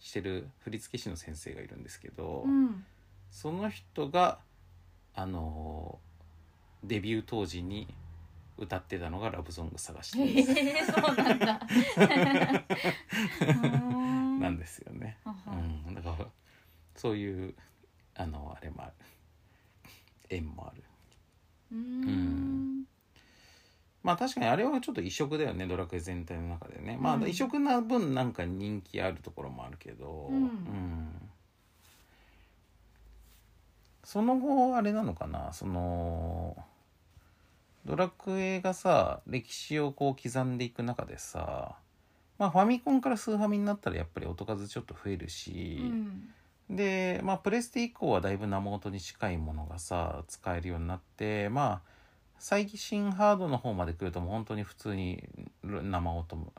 A: してる振り付け師の先生がいるんですけど、
B: うん
A: その人があのーデビュー当時に歌ってたのが「ラブソング探し
B: へえ
A: て
B: そうな んだ うん
A: なんですよね。
B: は
A: う
B: は
A: ん、だからそういうあのあれもある縁もある。
B: うー
A: ん
B: ん
A: まあ確かにあれはちょっと異色だよねドラクエ全体の中でね。ま
B: う
A: あ
B: ん
A: 異色な分なんか人気あるところもあるけど、
B: うん
A: んその後あれなのかなそのドラクエがさ歴史をこう刻んでいく中でさまあファミコンからスーファミになったらやっぱり音数ちょっと増える
B: う
A: し、
B: ん
A: で、まあ、プレステ以降はだいぶ生音に近いものがさ使えるようになってまあ最新ハードの方まで来るともう本当に普通に生音も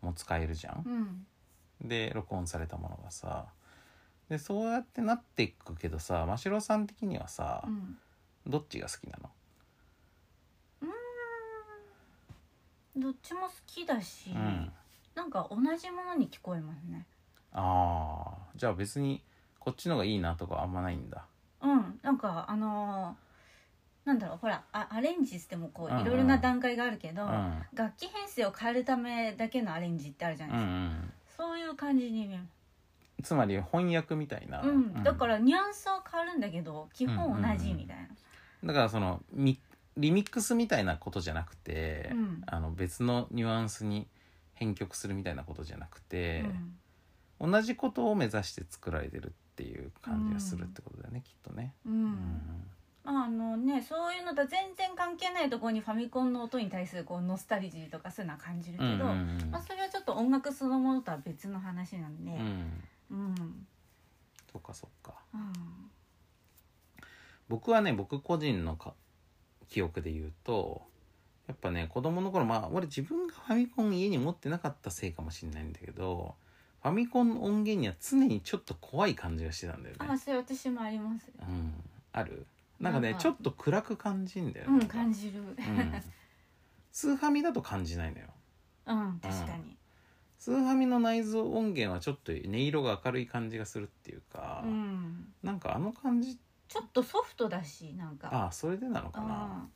A: も使えるじゃん
B: う。ん
A: で録音されたものがさでそうやってなっていくけどさ真城さん的にはさ、
B: うん
A: どっちが好きなの、
B: どっちも好きだし、
A: うん、
B: なんか同じものに聞こえますね
A: ああじゃあ別にこっちの方がいいなとかあんまないんだ。
B: うんなんかあのーなんだろうほらあアレンジしてもこ
A: うんう
B: うんいろいろな段階があるけ
A: う
B: ど、
A: ん、うん
B: 楽器編成を変えるためだけのアレンジってあるじゃな
A: う
B: い
A: ん
B: ですか、そういう感じに見えま
A: つまり翻訳みたいな、
B: す、うんだからニュアンスは変わるんだけど基本同じみたいな、
A: だからそのミリミックスみたいなことじゃなくて、
B: うん
A: あの別のニュアンスに編曲するみたいなことじゃなくて
B: うん、
A: 同じことを目指して作られてるっていう感じがするってことだよね、きっとね。
B: うんまああのねそういうのとは全然関係ないところにファミコンの音に対するこうノスタルジーとかそういうのは感じるけ
A: うんうん
B: ど、
A: うん
B: まあ、それはちょっと音楽そのものとは別の話なんで
A: う、ん
B: うん
A: そっかそっか
B: うん
A: 僕はね僕個人のか記憶で言うとやっぱね子供の頃まあ俺自分がファミコン家に持ってなかったせいかもしれないんだけどファミコンの音源には常にちょっと怖い感じがしてたんだよね。
B: あそれ私もあります
A: うん、あるなんかね
B: なんか
A: ちょっと暗く感じんだよ
B: う
A: ね、
B: ん感
A: じ、
B: じるうん
A: うん、スーファミだと感じないのよ
B: 確かに
A: スーファミの内蔵音源はちょっと音色が明るい感じがするっていうか、
B: うん
A: なんかあの感じ
B: ちょっとソフトだしなんか
A: ああそれでなのかな、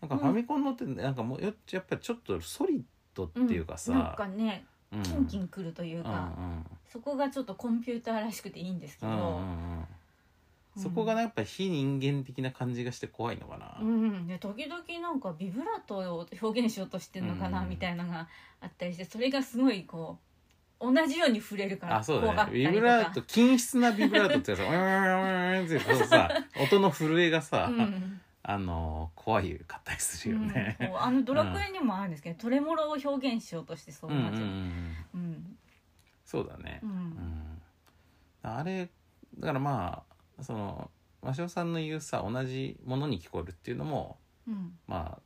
A: なんか
B: うん
A: ファミコンのってなんかもうよやっぱりちょっとソリッドって
B: ん
A: いうかさ、
B: なんかね
A: うん
B: キンキンくるという
A: うんう
B: か、
A: ん
B: そこがちょっとコンピューターらしくていいんですけ
A: う
B: ど、
A: んうんうんそこがねやっぱり非人間的な感じがして怖いのかな、
B: うん、で時々なんかビブラートを表現しようとしてるのかな
A: うん
B: みたいなのがあったりしてそれがすごいこう同じように触れるから
A: あそうだ
B: こ
A: ねビブラート 均質なビブラートってさうーんってこうさ音の震えがさ、
B: うん
A: あの怖いかったりするよね。
B: うんこうあのドラクエにもあるんですけど、トレモロを表現しようとしてそう
A: うん
B: な
A: うん
B: 感
A: う
B: じうん
A: ん
B: うん
A: そうだね
B: う。
A: うんんあれだからまあその鷲尾さんの言うさ同じものに聞こえるっていうのも
B: うん
A: ま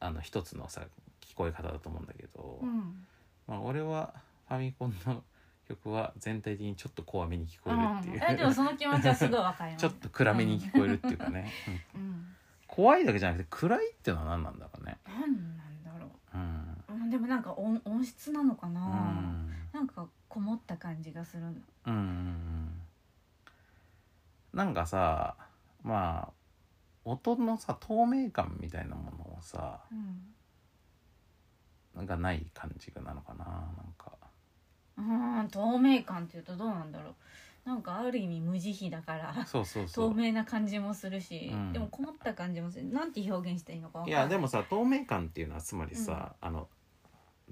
A: ああの一つのさ聞こえ方だと思うんだけど、
B: うん
A: まあ、俺はファミコンの曲は全体的にちょっと怖めに聞こえるっていう、
B: えでもその気持ちはすごいわかります
A: ちょっと暗めに聞こえるっていうかね、うん
B: うん
A: 怖いだけじゃなくて暗いっていうのは何なんだろうね。
B: なんなんだろ
A: うん
B: う、うん、でもなんか音音質なのかな、
A: うん
B: なんかこもった感じがするの
A: うんうんうんなんかさまあ音のさ透明感みたいなものをさ
B: うん
A: なんかない感じなのかななんか
B: うん透明感っていうとどうなんだろうなんかある意味無慈悲だから
A: そうそうそう
B: 透明な感じもするし、
A: うん
B: でもこもった感じもするなんて表現したらいいのかわか
A: い
B: んない
A: やでもさ透明感っていうのはつまりさ、あの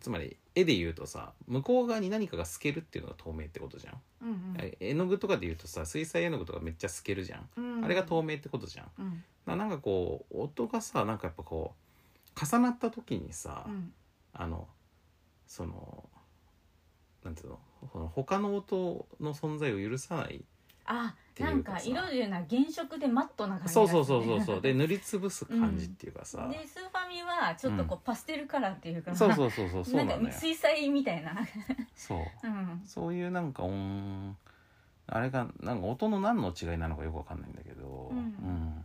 A: つまり絵で言うとさ向こう側に何かが透けるっていうのが透明ってことじゃん、
B: うんうん
A: 絵の具とかで言うとさ水彩絵の具とかめっちゃ透けるじゃん、
B: うん
A: あれが透明ってことじゃん
B: うん
A: ななんかこう音がさなんかやっぱこう重なった時にさ、
B: うん
A: あのそのなんていうのその他の音の存在を許さない
B: あ
A: ていう
B: なん
A: か
B: か
A: さ
B: 色でいうのは原色でマットな感じ
A: そうそうそうそう
B: う
A: そうで塗りつぶす感じっていうかさ、
B: でスーファミはちょっとこうパステルカラーっていうか、
A: そうそうそうそうそうな
B: なん
A: の
B: か
A: よ
B: 水彩みたいな
A: そう
B: うん
A: そういうなんか音あれがなんか音の何の違いなのかよくわかんないんだけど、
B: うん
A: ん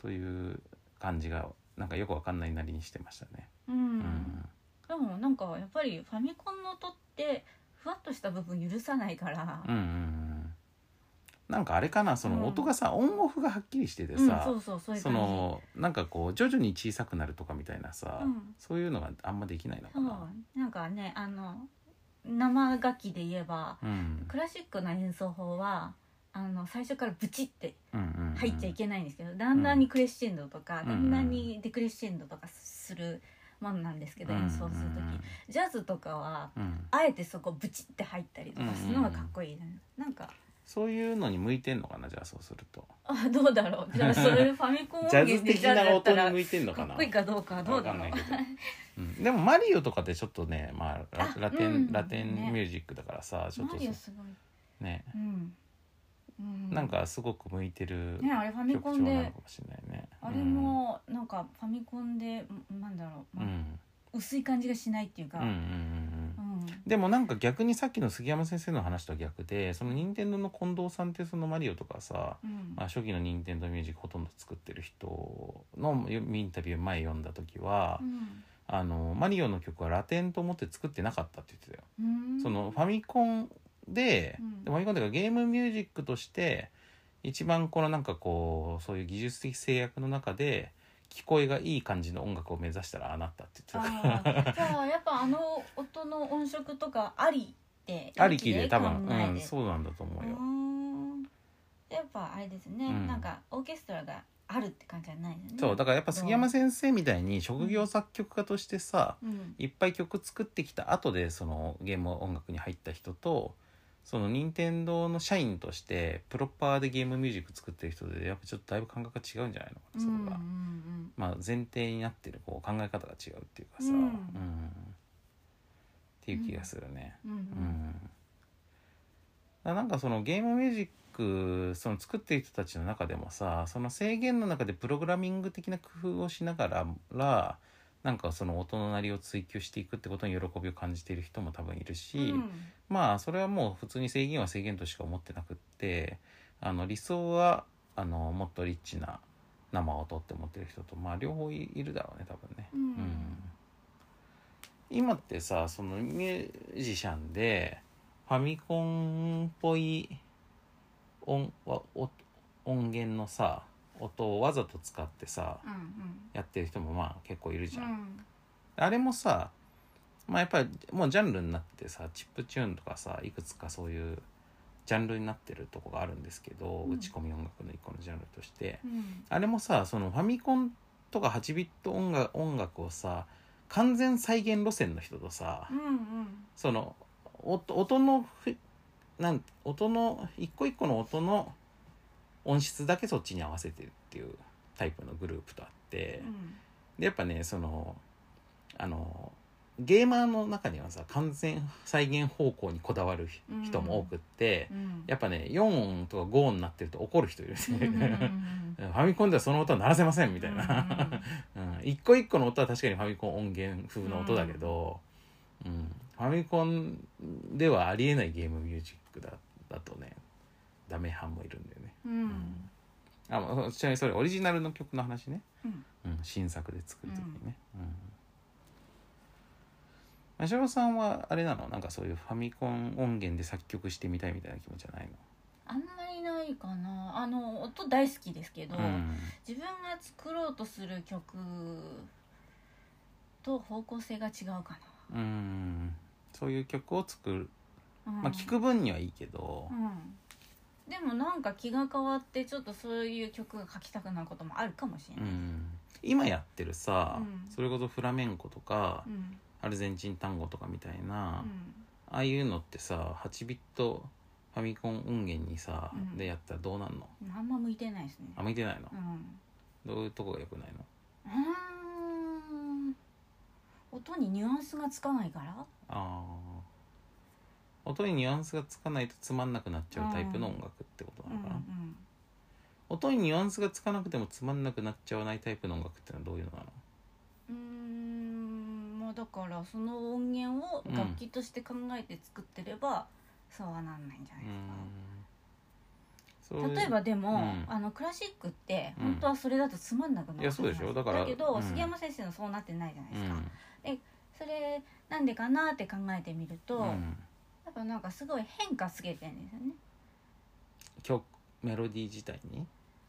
A: という感じがなんかよくわかんないなりにしてましたね。
B: う
A: うん
B: んでもなんかやっぱりファミコンの音ってふわっとした部分許さないから
A: うんうんうんなんかあれかなそ
B: うん
A: の音がさ、オンオフがはっきりしてて
B: うん
A: さ、
B: そうそうそういう
A: そ
B: 感じ
A: のなんかこう徐々に小さくなるとかみたいなさ、
B: うん
A: そういうのがあんまできないのか
B: そう
A: な。
B: なんかねあの生楽器で言えば
A: うん
B: クラシックの演奏法はあの最初からブチって
A: うんうんうん
B: 入っちゃいけないんですけど、だんだんにクレッシェンドとか、
A: うん
B: だんだんにデクレッシェンドとかするものなんですけど、演奏する時、ジャズとかは
A: うんうんうん
B: あえてそこブチって入ったりとかするのがかっこいいな,、なんか
A: そういうのに向いてんのかなじゃあそうすると。
B: あどうだろうじゃあそれファミコン
A: ジャズ
B: で
A: 的
B: ジャズ
A: な
B: やっ
A: 音
B: た
A: に
B: ら
A: 向いてんの
B: か
A: か
B: っ
A: な
B: こいいかどうかはど
A: わ
B: うだ
A: か
B: ろ
A: ん
B: う
A: ないけど、うん、でもマリオとかってちょっとね、まあ、
B: あ
A: ララテン、
B: うん
A: ラテン
B: ね
A: ミュージックだからさちょっ
B: マ
A: と
B: リオ
A: そ
B: すごい、
A: ね、
B: うんうん、
A: なんかすごく向いてる
B: ねあれファミ
A: 曲
B: コ
A: 調
B: ン
A: なの
B: で
A: かもしれないね
B: あれもなんかファミコンでんなんだろ
A: う
B: う、
A: ん、うん
B: 薄い感じがしないっていう
A: う
B: か、
A: んうんうんうん
B: うん
A: でもなんか逆にさっきの杉山先生の話とは逆でその任天堂の近藤さんってそのマリオとかさ、
B: うん
A: まあ、初期の任天堂ミュージックほとんど作ってる人のインタビュー前読んだ時は、
B: うん
A: あのマリオの曲はラテンと思って作ってなかったって言ってたよ。
B: うん
A: そのファミコンで,、
B: うん
A: ファミコンというかゲームミュージックとして一番このなんかこうそういう技術的制約の中で聞こえがいい感じの音楽を目指したらああなったって言ってたから
B: あーじゃあやっぱあの音の音色とかありって
A: ありきで多分、
B: 考えて
A: うん、そうなんだと思うよ。
B: うーんやっぱあれですね、
A: うん
B: なんかオーケストラがあるって感じはないよね
A: そうだからやっぱ杉山先生みたいに職業作曲家としてさ、
B: うん
A: いっぱい曲作ってきた後でそのゲーム音楽に入った人とその任天堂の社員としてプロパーでゲームミュージック作ってる人でやっぱちょっとだいぶ感覚が違うんじゃないのかなそれは。
B: うん
A: まあ、前提になってるこう考え方が違うっていうかさ、
B: うん
A: んっていう気がするね。
B: うんうんう
A: うん
B: ん
A: だなんかそのゲームミュージックその作ってる人たちの中でもさその制限の中でプログラミング的な工夫をしながららなんかその音の鳴りを追求していくってことに喜びを感じている人も多分いるし、
B: うん
A: まあそれはもう普通に制限は制限としか思ってなくってあの理想はあのもっとリッチな生音って思ってる人とまあ両方いいるだろうね多分ね。
B: うん
A: 今ってさそのミュージシャンでファミコンっぽい音わ音音源のさ音をわざと使ってさ
B: うん
A: やってる人もまあ結構いるじ
B: う
A: ゃん。
B: ん
A: あれもさまあやっぱりもうジャンルになっててさチップチューンとかさいくつかそういうジャンルになってるとこがあるんですけど、
B: うん
A: 打ち込み音楽の一個のジャンルとして
B: うん
A: あれもさそのファミコンとか8ビット音楽音楽をさ完全再現路線の人とさ、
B: うんうん
A: その音音のふなん音の一個一個の音の音質だけそっちに合わせてるっていうタイプのグループとあってでやっぱねそのあのゲーマーの中にはさ完全再現方向にこだわる人も多くって、やっぱね4音とか5音になってると怒る人いるね ファミコンではその音は鳴らせませんみたいな。うん、一個一個の音は確かにファミコン音源風の音だけど、うんファミコンではありえないゲームミュージックだだとねダメ班もいるんだよね、
B: う
A: うんあまあちなみにそれオリジナルの曲の話ね、
B: うん
A: うん、新作で作る時にねうん真白、さんはあれなのなんかそういうファミコン音源で作曲してみたいみたいな気持ちはない
B: あんまりないかなあの音大好きですけど、
A: の、うん、
B: 自分が作ろうとする曲と方向性が違うか
A: うん、そういう曲を作る、
B: な、うん
A: まあ、聞く分にはいいけど、
B: うん、でもなんか気が変わってちょっとそういう曲が書きたくなることもあるかもしれ
A: う
B: ない、
A: ん、今やってるさ、
B: うん
A: それこそフラメンコとか、
B: うん
A: アルゼンチン単語とかみたいな、
B: うん
A: ああいうのってさ8ビットファミコン音源にさ、
B: うん
A: でやったらどうなんの
B: あんま向いてないですね
A: あ向いてないの
B: う、ん
A: どういうとこが良くないの
B: うーん音にニュアンスがつかないから
A: あー音にニュアンスがつかないとつまんなくなっちゃうタイプの音楽ってことなのかな、
B: うん
A: 音にニュアンスがつかなくてもつまんなくなっちゃわないタイプの音楽ってのはどういうのなの
B: うんうーんまあだからその音源を楽器として考えて作ってれば、そうはなんないんじゃないうですか、
A: んそういう
B: 例えばでも、
A: うん
B: あのクラシックって
A: うん
B: 本当はそれだとつまんなくなる
A: いやそうでしょだから
B: けど、
A: うん
B: 杉山先生のそうなってないじゃないうですか、
A: ん
B: それなんでかなって考えてみると、
A: うん
B: やっぱなんかすごい変化つけてるんですよね
A: 曲メロディー自体に、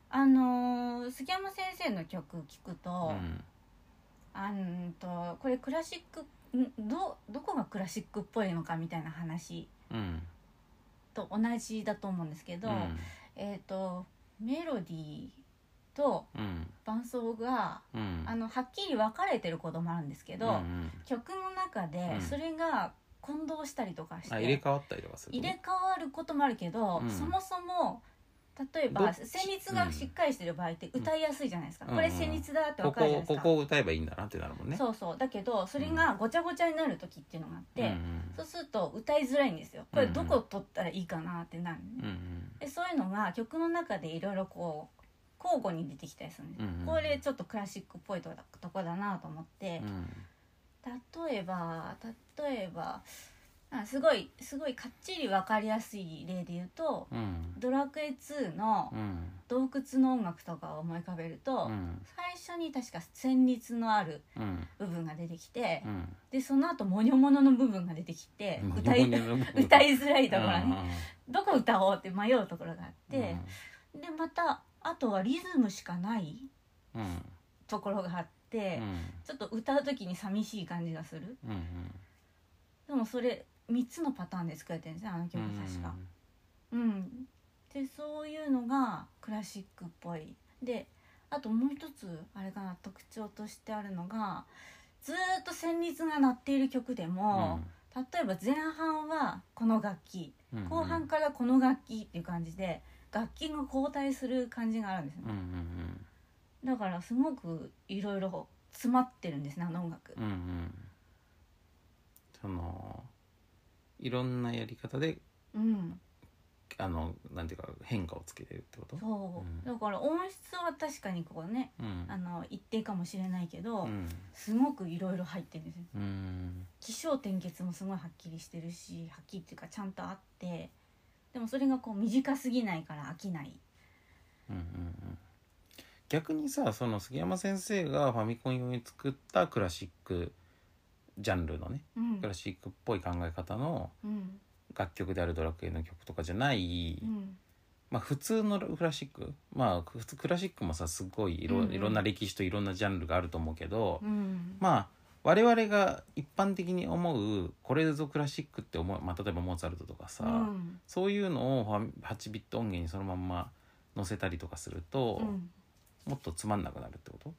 B: あのー杉山先生の曲聴く
A: う
B: と、
A: ん、
B: あんとこれクラシックんどどこがクラシックっぽいのかみたいな話
A: うん
B: と同じだと思うんですけど、
A: うん
B: えっ、とメロディーと
A: うん
B: 伴奏が
A: うん
B: あのはっきり分かれてることもあるんですけど、
A: うんうん
B: 曲の中
A: う
B: で
A: ん
B: それが混同したりとかして、
A: あ入れ替わったりとかする
B: 入
A: の
B: れ替わることもあるけど、
A: うん
B: そもそも例え
A: ど
B: ば
A: っち
B: 旋律がしっかりしてる場合って
A: ん
B: 歌いやすいじゃないですか、
A: うん
B: これ旋律だってわ
A: こ
B: かるじゃな
A: こ
B: いです
A: こ
B: か、
A: こを歌えばいいんだなってなるもんねう
B: そうそうだけどそれがごちゃごちゃになる時っていうのがあって、
A: ん
B: そうすると歌いづらいんですよこれ
A: うん
B: どこ取ったらいいかなってなる、
A: うん
B: ねでそういうのが曲の中でいろいろこう交互に出てきたりするんです、
A: うんうん
B: これちょっとクラシックっぽいとこだとこだなと思って、
A: うんうん
B: 例えば例えばあすごいすごいかっちり分かりやすい例で言うと
A: うんうん
B: 「ドラクエ2」の
A: うん
B: 洞窟の音楽とかを思い浮かべると、
A: うん
B: 最初に確か旋律のある
A: うん
B: 部分が出てきて、
A: うん
B: でその後モニョモノの部分が出てきて、
A: うん
B: 歌い
A: モニョモニョの
B: 歌いづらいところ
A: うんう
B: ね、
A: ん
B: どこ歌おうって迷うところがあって、でまたあとはリズムしかない
A: うんうん
B: ところがあって、ちょっと歌う時に寂しい感じがする。
A: うん
B: でもそれ3つのパターンで作られてるんですねあの
A: う
B: 曲
A: ん
B: 確か。うん、でそういうのがクラシックっぽい。であともう一つあれかな特徴としてあるのがずーっと旋律が鳴っている曲でも、例えば前半はこの楽器
A: うん
B: 後半からこの楽器っていう感じで楽器が交代する感じがあるんです
A: うん
B: ね。
A: うん
B: だからすごくいろいろ詰まってるんですねあの音楽
A: うんう。んうんそのいろんなやり方で
B: うん、
A: あのなんていうか変化をつけてるってこと
B: そう、
A: うん
B: だから音質は確かにこうね
A: うん
B: あの一定かもしれないけど、
A: うん
B: すごくいろいろ入ってるんですよ
A: うん
B: 起承転結もすごいはっきりしてるしはっきりっていうかちゃんとあってでもそれがこう短すぎないから飽きない
A: うんうんうん逆にさその杉山先生がファミコン用に作ったクラシックジャンルのね
B: うん
A: クラシックっぽい考え方の
B: うん
A: 楽曲であるドラクエの曲とかじゃない、
B: うん
A: まあ普通のクラシックまあ普通クラシックもさすごいいろ,、
B: うんうん
A: いろんな歴史といろんなジャンルがあると思うけど、
B: うん
A: まあ我々が一般的に思うこれぞクラシックって思う、まあ、例えばモーツァルトとかさ、
B: うん
A: そういうのをファミ8ビット音源にそのまんま載せたりとかすると、
B: うん
A: もっとつまんなくなるってこと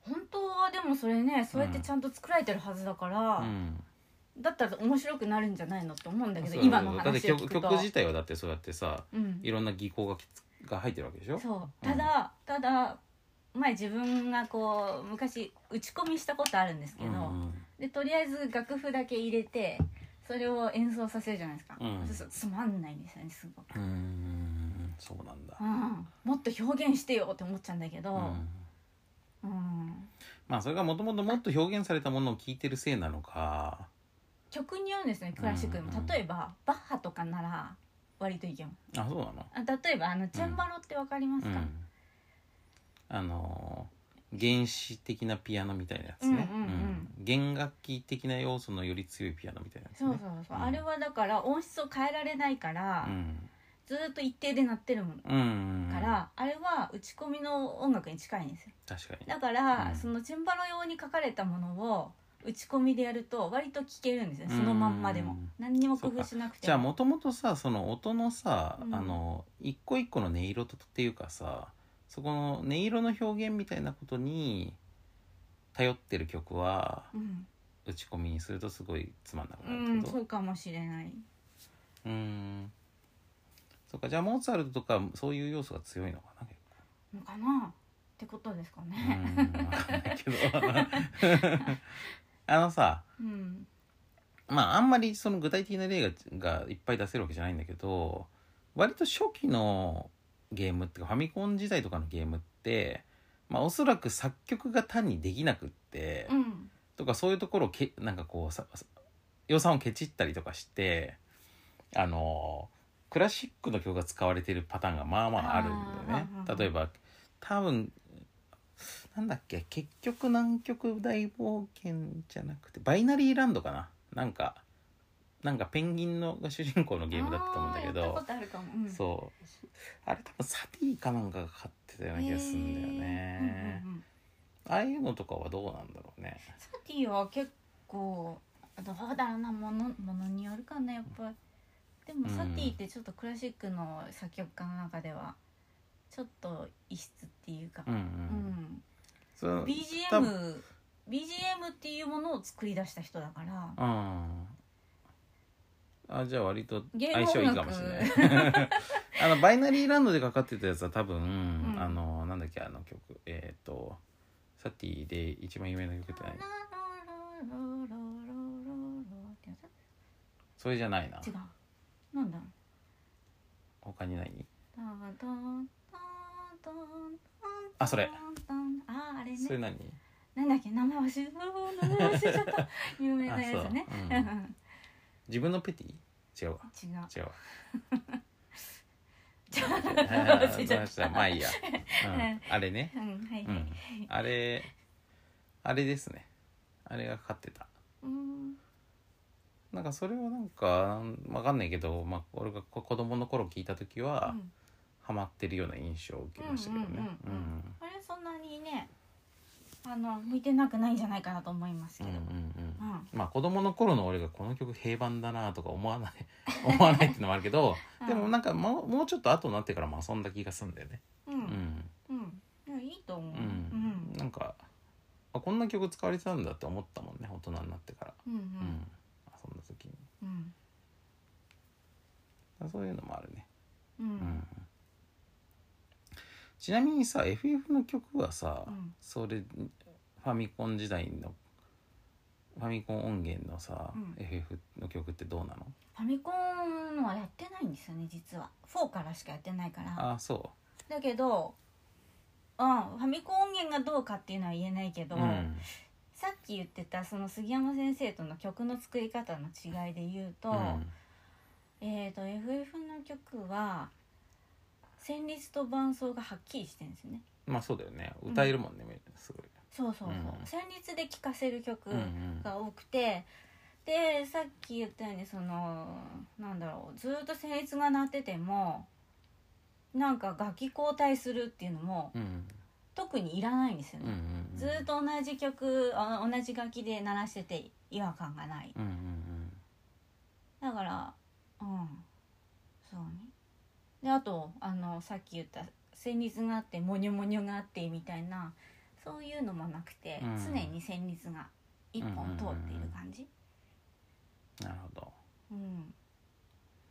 B: 本当はでもそれねそうやってちゃんと作られてるはずだから、
A: うん
B: だったら面白くなるんじゃないのって思うんだけ
A: そう
B: ど
A: そう
B: 今の
A: だって
B: 話を聞
A: 曲
B: くと
A: 曲自体はだってそうやってさ
B: うん
A: いろんな技巧がきつが入ってるわけでしょ
B: そうただただ前自分がこう昔打ち込みしたことあるんですけど、
A: うんうん
B: でとりあえず楽譜だけ入れてそれを演奏させるじゃないですか、
A: うん
B: そうするとつまんないんですよねすごく、
A: うーんそうなんだ
B: う、ん、もっと表現してよって思っちゃうんだけど、
A: う
B: うん
A: ん、
B: うん
A: まあそれがもともともっと表現されたものを聞いてるせいなのか
B: 曲によるんですよねクラシックでも、
A: うん
B: 例えばバッハとかなら割といけます
A: あそうなの
B: あ例えばあのチェンバロってわかります
A: う
B: か、
A: んあのー原始的なピアノみたいなやつね、
B: うんうん
A: うん弦楽器的な要素のより強いピアノみたいなやつ
B: そう
A: ね
B: そうそう、
A: うん
B: あれはだから音質を変えられないから、
A: うん
B: ずーっと一定で鳴ってるもん
A: うんうんうん
B: から、あれは打ち込みの音楽に近いんですよ
A: 確かに
B: だか
A: う
B: ら、
A: ん
B: そのチェンバロ用に書かれたものを打ち込みでやると割と聴けるんですねそのまんまで
A: う
B: も
A: ん
B: 何にも工夫しなくても
A: じゃあもともとさその音のさ、
B: うん
A: あの一個一個の音色とっていうかさそこの音色の表現みたいなことに頼ってる曲は
B: うん、
A: 打ち込みにするとすごいつまんなく
B: う
A: なる
B: ん、
A: けど
B: そうかもしれない
A: うんそうかじゃあモーツァルトとかそういう要素が強いのかな結
B: のかなってことですかね
A: 構うんわかんないけど あのさ
B: うん、
A: まああんまりその具体的な例ががいっぱい出せるわけじゃないんだけど割と初期のゲームっていうかファミコン時代とかのゲームって、まあ、おそらく作曲が単にできなくって、
B: うん
A: とかそういうところをけなんかこうささ予算をケチったりとかしてあのクラシックの曲が使われているパターンがまあまああるんだよね
B: あ。ー
A: 例えば多分なんだっけ結局南極大冒険じゃなくてバイナリーランドかななんかなんかペンギンのが主人公のゲームだったと思うんだけ
B: あーやったこ
A: ど、
B: とあるかも、うん、
A: そうあれ多分サティかなんかが買ってたような気がするんだよ
B: へー
A: ね
B: うん。うんうん
A: ああいうのとかはどうなんだろうね。
B: サティは結構どうだろうなものものによるかなやっぱりでも
A: うん
B: サティってちょっとクラシックの作曲家の中ではちょっと異質っていうか、
A: うんうん
B: うん
A: その多分
B: BGM BGM っていうものを作り出した人だから
A: うんあじゃあ割と
B: ゲーム
A: 相性いいかもしれない あのバイナリーランドでかかってたやつは多分、
B: ん
A: あのなんだっけあの曲えっ、とサティで一番有名な曲って何それじゃないな
B: 違うなんだ
A: 他に何
B: あ
A: あそれ
B: ああれね
A: それ何
B: なんだっけ名前忘れ名前忘れちゃった有名なやつね
A: あそううんうん 自分のペティ違うわ
B: 違う
A: 違うわ
B: 忘れちゃっ
A: あ
B: た
A: ーまあいいや、 うんあれね
B: うんはい
A: うんあれあれですねあれがかかってた
B: うん
A: なんかそれはなんかわかんないけど、まあ、俺がこ子供の頃聞いた時は、
B: うん
A: ハマってるような印象を受けましたけどね。
B: うんうんあれそんなにねあの向いてなくないんじゃないかなと思いますけ
A: うんうん
B: ど
A: うん
B: う
A: うん
B: ん
A: まあ子供の頃の俺がこの曲平凡だなとか思わ ない思わないってのもあるけど、
B: うん
A: でもなんかもうもうちょっと後になってからも遊んだ気がするんだよね。
B: う
A: うんん
B: うんいやいいと思う
A: う
B: うんん
A: なんかあこんな曲使われてたんだって思ったもんね大人になってから、
B: うんう
A: うん
B: ん
A: 遊んだ時に
B: うん
A: そういうのもあるね。
B: う
A: うんんちなみにさ FF の曲はさ、
B: うん
A: それファミコン時代のファミコン音源のさ、
B: うん
A: FF の曲ってどうなの
B: ファミコンのはやってないんですよね実は4からしかやってないから
A: ああそ
B: だけどうんファミコン音源がどうかっていうのは言えないけ
A: う、
B: ど、
A: うん
B: さっき言ってたその杉山先生との曲の作り方の違いで言うと、
A: うん
B: えー、と FF の曲は旋律と伴奏がはっきりしてるんですよね
A: まあそうだよね歌えるもんね、すごい。
B: そうそうそう、
A: うん
B: 旋律で聴かせる曲
A: うんうん
B: が多くて、でさっき言ったようにそのなんだろうずーっと旋律が鳴っててもなんか楽器交代するっていうのも
A: うん
B: 特にいらないんですよ
A: うんうん
B: ね、
A: うん
B: ずーっと同じ曲あ同じ楽器で鳴らしてて違和感がない
A: うんうんうん
B: だからうんそうねであとあのさっき言った旋律があってモニョモニョがあってみたいなそういうのもなくて、
A: うん
B: 常に旋律が一本通っている感じ
A: なるほど
B: うん、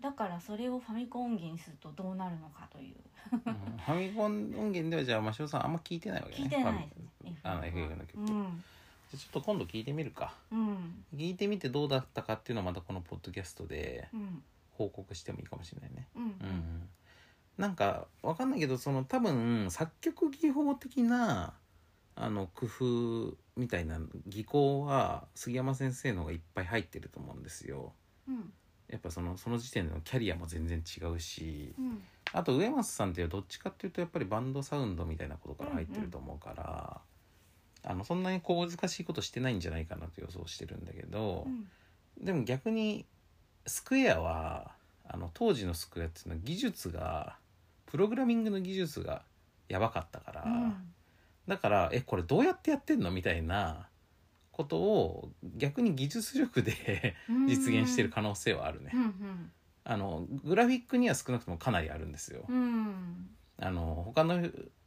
B: だからそれをファミコン音源にするとどうなるのかという
A: うんファミコン音源ではじゃあ真オさんあんま聞いてないわけね
B: 聞いてないです
A: ファミ
B: ね
A: あの
B: FM
A: FF の曲、
B: う
A: じゃ
B: ん
A: あちょっと今度聞いてみるか
B: うん
A: 聞いてみてどうだったかっていうのはまたこのポッドキャストで
B: うん
A: 報告してもいいかもしれないね
B: うん
A: うんうんなんかわかんないけどその多分作曲技法的なあの工夫みたいな技巧は杉山先生の方がいっぱい入ってると思うんですよ
B: うん
A: やっぱそのその時点でのキャリアも全然違うし
B: うん
A: あと植松さんっていうどっちかっていうとやっぱりバンドサウンドみたいなことから入ってると思うから、あのそんなにこう難しいことしてないんじゃないかなと予想してるんだけど
B: う、ん
A: でも逆にスクエアはあの当時のスクエアっていうのは技術がプログラミングの技術がやばかったから、だからえこれどうやってやってんのみたいなことを逆に技術力で
B: うん
A: 実現してる可能性はあるね。
B: うん
A: あのグラフィックには少なくともかなりあるんですよ。
B: うんうん
A: あの他の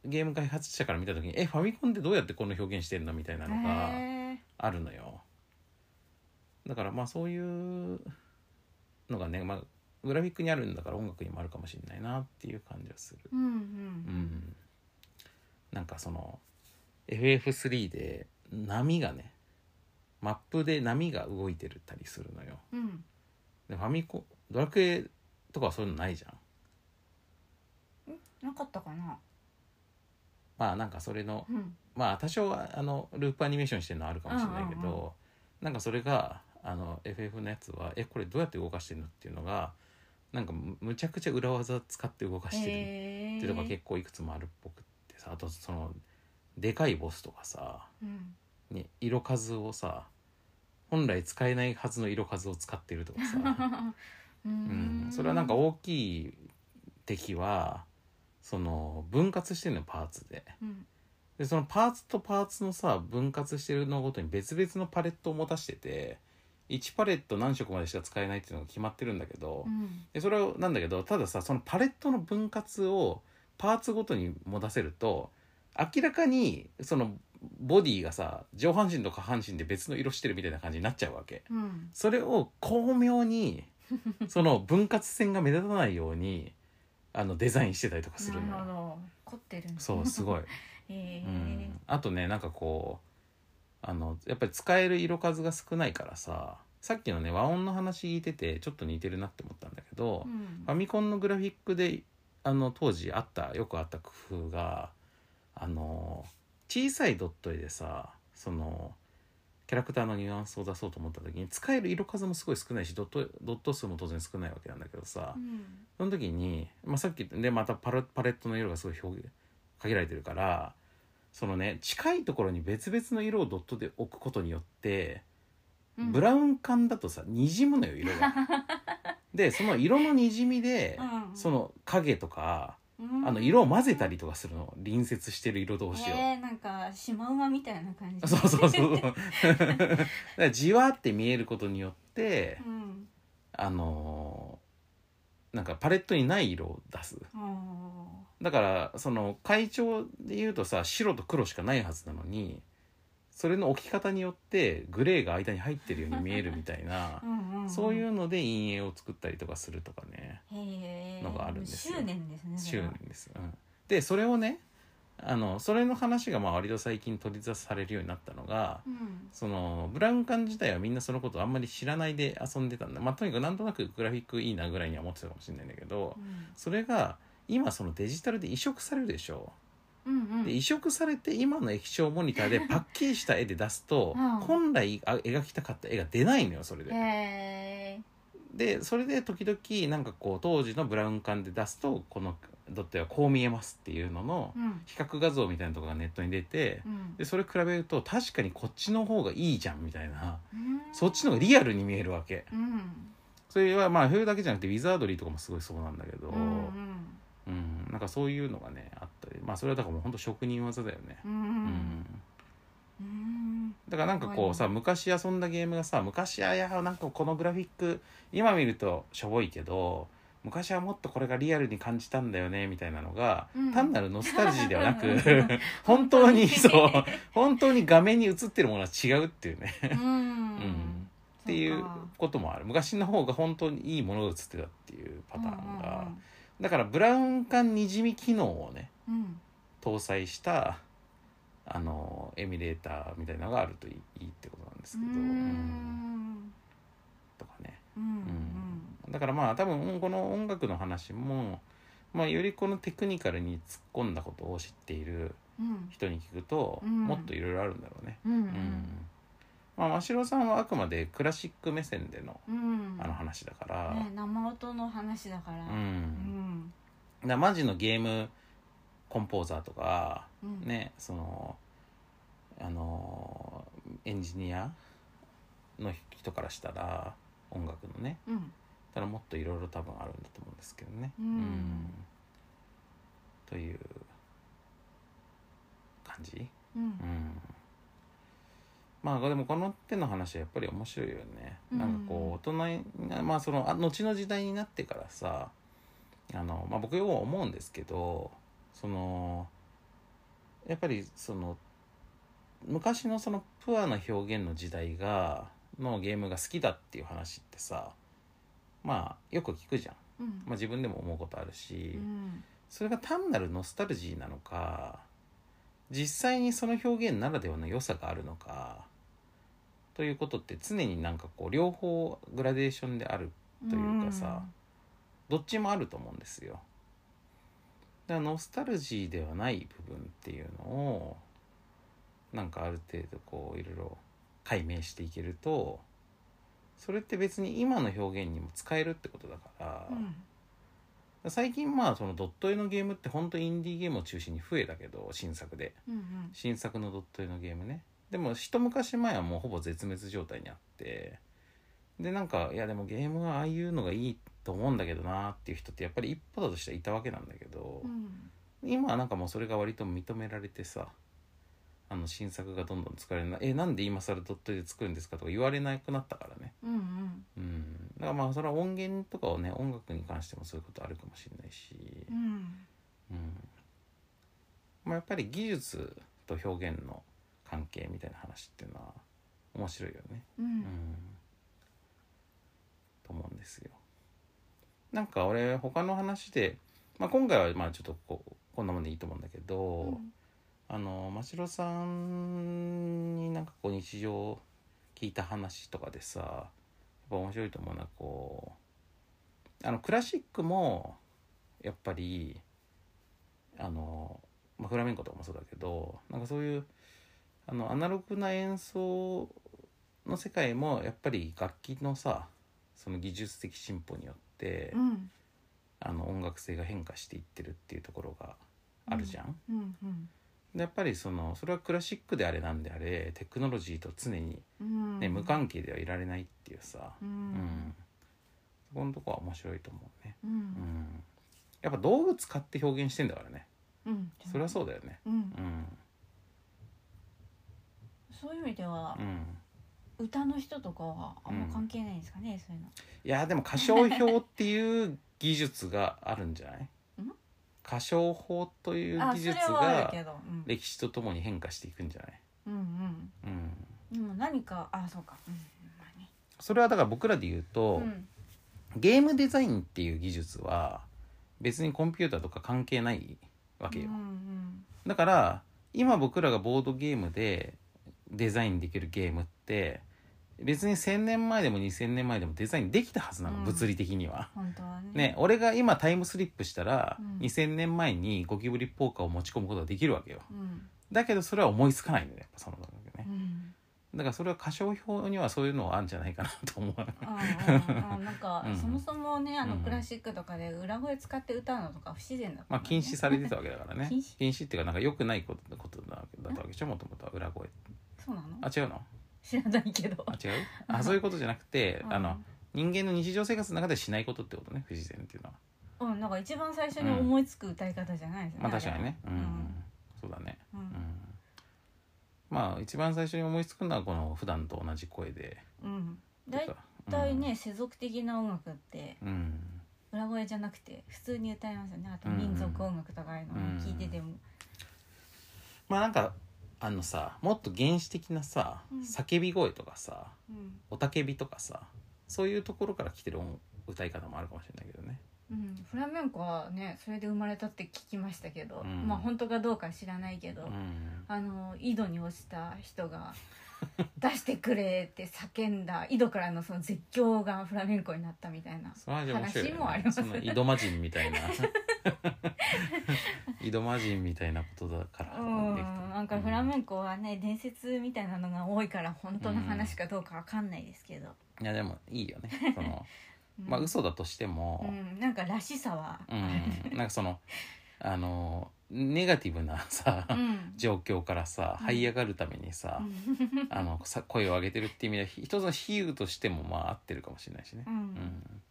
A: ゲーム開発者から見た時に「えファミコンでどうやってこの表現してるの?」みたいなのが
B: へえ
A: あるのよだからまあそういうのがね、まあ、グラフィックにあるんだから音楽にもあるかもしれないなっていう感じはする
B: うんう
A: うんんなんかその FF3 で波がねマップで波が動いてるったりするのよ
B: うん
A: でファミコンドラクエとかはそういうのないじゃん
B: なかったかな
A: まあなんかそれの
B: うん
A: まあ多少はあのループアニメーションしてるのはあるかもしれないけど、
B: うんうん
A: なんかそれがあの FF のやつはえこれどうやって動かしてるのっていうのがなんかむむちゃくちゃ裏技使って動かしてるっ
B: へえ
A: ていうのが結構いくつもあるっぽくってさあとそのでかいボスとかさ、
B: うん
A: ね、色数をさ本来使えないはずの色数を使ってるとか さ、
B: う
A: うん、それはなんか大きい敵はその分割してるのよパーツで。
B: うん
A: でそのパーツとパーツのさ分割してるのごとに別々のパレットを持たしてて1パレット何色までしか使えないっていうのが決まってるんだけど、
B: うん
A: でそれをなんだけどたださそのパレットの分割をパーツごとに持たせると明らかにそのボディがさ上半身と下半身で別の色してるみたいな感じになっちゃうわけ。
B: うん
A: それを巧妙 にその分割線が目立たないようにあのデザインしてたりとかする
B: なるほ
A: の。
B: ど凝ってるね
A: そうすごい
B: へ
A: うん
B: え
A: あとねなんかこうあのやっぱり使える色数が少ないからささっきのね和音の話聞いててちょっと似てるなって思ったんだけど、
B: うん
A: ファミコンのグラフィックであの当時あったよくあった工夫があの小さいドット絵でさそのキャラクターのニュアンスを出そうと思った時に使える色数もすごい少ないしドットドット数も当然少ないわけなんだけどさ、
B: うん
A: その時に、まあ、さっきでまたパレパレットの色がすごい表現限られてるからそのね近いところに別々の色をドットで置くことによって、
B: うん
A: ブラウン管だとさにじむのよ色 が。でその色のにじみで、
B: うん
A: その影とか
B: うん
A: あの色を混ぜたりとかするの隣接してる色同士を。
B: へえなんかシマウマみたいな感じ
A: そうそうそうそう だからじわって見えることによって、
B: うん
A: あのーなんかパレットにない色を出す
B: あ
A: だからその会長で言うとさ白と黒しかないはずなのにそれの置き方によってグレーが間に入ってるように見えるみたいな
B: ーんんん
A: そういうので陰影を作ったりとかするとかね
B: へえ
A: のがあるんですよ
B: 執念ですねそ
A: 執
B: れは
A: 念です。うん、でそれをねあのそれの話がまあ割と最近取り沙汰されるようになったのが
B: うん
A: そのブラウン管自体はみんなそのことあんまり知らないで遊んでたんだまあとにかくなんとなくグラフィックいいなぐらいには思ってたかもしれないんだけど
B: うん
A: それが今そのデジタルで移植されるでしょ
B: うんうん
A: で移植されて今の液晶モニターでパッケージした絵で出すと、
B: うん
A: 本来あ描きたかった絵が出ないのよそれで。
B: へえ
A: でそれで時々なんかこう当時のブラウン管で出すとこのドット絵はこう見えますっていうのの
B: うん
A: 比較画像みたいなとこがネットに出て
B: うん
A: でそれ比べると確かにこっちの方がいいじゃんみたいな
B: うん
A: そっちの方がリアルに見えるわけ
B: うん
A: それはまあ冬だけじゃなくてウィザードリーとかもすごいそうなんだけど、
B: う
A: うんんなんかそういうのがねあったりまあそれはだからもうほんと職人技だよね
B: うんう
A: うんん
B: うん
A: だからなんかこうさ昔遊んだゲームがさ昔あいやなんかこのグラフィック今見るとしょぼいけど昔はもっとこれがリアルに感じたんだよねみたいなのが、
B: うん
A: 単なるノスタルジーではな
B: うん
A: く本当にそう
B: 本当に
A: 本当に画面に映ってるものは違うっていうね、
B: うん
A: うん、っ
B: って
A: いうこともある昔の方が本当にいいものが映ってたっていうパターンが、だからブラウン管にじみ機能をね
B: うんうん
A: 搭載したあのエミュレーターみたいなのがあるといいいいってことなんです
B: う
A: け
B: んう
A: ど、うん
B: ん
A: とかね
B: うんうん
A: だからまあ多分この音楽の話も、まあ、よりこのテクニカルに突っ込んだことを知っている
B: うん
A: 人に聞くと、
B: うん
A: もっといろいろあるんだろうね。
B: うんう
A: うん
B: ん
A: まあ、真城さんはあくまでクラシック目線での
B: うん
A: あの話だから、
B: ね生音の話だから
A: う、
B: うんん
A: だからマジのゲームコンポーザーとか、
B: うん
A: ねそのあのエンジニアの人からしたら音楽のね
B: うん
A: ただもっといろいろ多分あるんだと思うんですけどね。
B: うん
A: という感じ、
B: うん
A: うん、まあでもこの手の話はやっぱり面白いよね。
B: うん
A: なんかこう大人になまあそのあ後の時代になってからさあの、まあ、僕よく思うんですけどそのやっぱりその昔のそのプアな表現の時代がのゲームが好きだっていう話ってさまあよく聞くじゃん、
B: うん
A: まあ、自分でも思うことあるし、
B: うん
A: それが単なるノスタルジーなのか実際にその表現ならではの良さがあるのかということって常になんかこう両方グラデーションであるというかさどっちもあると思うんですよ。だからノスタルジーではない部分っていうのをなんかある程度こういろいろ解明していけるとそれって別に今の表現にも使えるってことだから、
B: うん
A: 最近まあそのドット絵のゲームって本当インディーゲームを中心に増えたけど新作で
B: うんうん
A: 新作のドット絵のゲームねでも一昔前はもうほぼ絶滅状態にあってでなんかいやでもゲームはああいうのがいいと思うんだけどなっていう人ってやっぱり一歩だとしてはいたわけなんだけど
B: う、ん
A: 今はなんかもうそれが割と認められてさあの新作がどんどん作られないえなんで今更ドット絵で作るんですかとか言われなくなったからね
B: うんうん
A: うん、だからまあそれは音源とかをね音楽に関してもそういうことあるかもしれないし
B: う、ん
A: うんまあ、やっぱり技術と表現の関係みたいな話っていうのは面白いよね、
B: う
A: うん
B: ん
A: と思うんですよ。なんか俺他の話で、まあ、今回はまあちょっとこうこんなもんでいいと思うんだけど、あの真城さんになんかこう日常聞いた話とかでさやっぱ面白いと思うのはこうあのクラシックもやっぱりあの、まあ、フラメンコとかもそうだけどなんかそういうあのアナログな演奏の世界もやっぱり楽器のさその技術的進歩によって、
B: うん
A: あの音楽性が変化していってるっていうところがあるじゃん
B: うんうん
A: でやっぱりそのそれはクラシックであれなんであれテクノロジーと常に、
B: うん
A: ね無関係ではいられないっていうさ、
B: う
A: うん
B: ん
A: そこのとこは面白いと思うね、
B: う
A: うんん、やっぱ道具使って表現してんだからね
B: うん
A: それはそうだよね
B: うん
A: うん、
B: そういう意味では
A: うん、
B: 歌の人とかはあんま関係ないんですかねそういうの
A: いやでも歌唱表っていう技術があるんじゃない
B: ん
A: 歌唱法という
B: あ
A: 技
B: そ
A: 術
B: れはある
A: が
B: けどうん
A: 歴史とともに変化していくんじゃない、
B: うんうん
A: うん、
B: でも何かあそうかうんまあね
A: それはだから僕らで言うと、
B: うん
A: ゲームデザインっていう技術は別にコンピューターとか関係ないわけよ、
B: うん
A: だから今僕らがボードゲームでデザインできるゲームって別に1,000年前でも2,000年前でもデザインできたはずなの、
B: うん
A: 物理的には。
B: 本当はね
A: ね、俺が今タイムスリップしたら、
B: うん
A: 2,000年前にゴキブリポーカーを持ち込むことができるわけよ
B: うん
A: だけどそれは思いつかないんだよやっぱその時
B: う
A: ね
B: ん
A: だからそれは過小表にはそういうのはあるんじゃないかなと思う
B: あああなん か
A: うん
B: そもそもねあの
A: うん
B: クラシックとかで裏声使って歌うのとか不自然だった
A: ま
B: も
A: あ
B: んね
A: 禁止されてたわけだからね
B: 禁止
A: っていうかなんか良くないことことなわけだったわけでしょもともとは裏声
B: そうなの
A: あ違うの
B: 知らないけど
A: あ違うあそういうことじゃなく て
B: うん
A: あの人間の日常生活の中でしないことってことね不自然っていうのは
B: うんなんか一番最初に思いつく歌い方じゃないですよ
A: まあ確かにねうん、
B: うん
A: そうだね
B: う
A: うん
B: ん
A: まあ一番最初に思いつくのはこの普段と同じ声で
B: うん
A: と
B: 大
A: か
B: 体ね世俗的な音楽って
A: うん、うん
B: 裏声じゃなくて普通に歌いますよねあと民族音楽とかああいうのを
A: うん
B: 聞いてても
A: まあなんかあのさもっと原始的なさ
B: うん
A: 叫び声とかさ
B: うん
A: 雄たけびとかさそういうところから来てる音歌い方もあるかもしれないけどね
B: うん、フラメンコはねそれで生まれたって聞きましたけ
A: う
B: ど、
A: ん
B: まあ本当かどうか知らないけど、
A: うん
B: あの井戸に落ちた人が 「出してくれ!」って叫んだ井戸からのその絶叫がフラメンコになったみたいな
A: それはじゃあ面白いよ、ね、
B: 話もあります
A: その井戸魔人みたい な井戸魔人みたいなことだから
B: うん
A: できた
B: なんかフラメンコはね伝説みたいなのが多いから本当の話かどうかわかんないですけど、
A: いやでもいいよね その
B: うん
A: まあ嘘だとして
B: う
A: も、
B: ん、なんからしさは
A: うんなんかそのあのネガティブなさ、
B: うん
A: 状況からさ
B: うん
A: 這い上がるためにさ、あのさ声を上げてるっていう意味ではひ一つの比喩としてもまあ合ってるかもしれないしね
B: う、ん
A: うん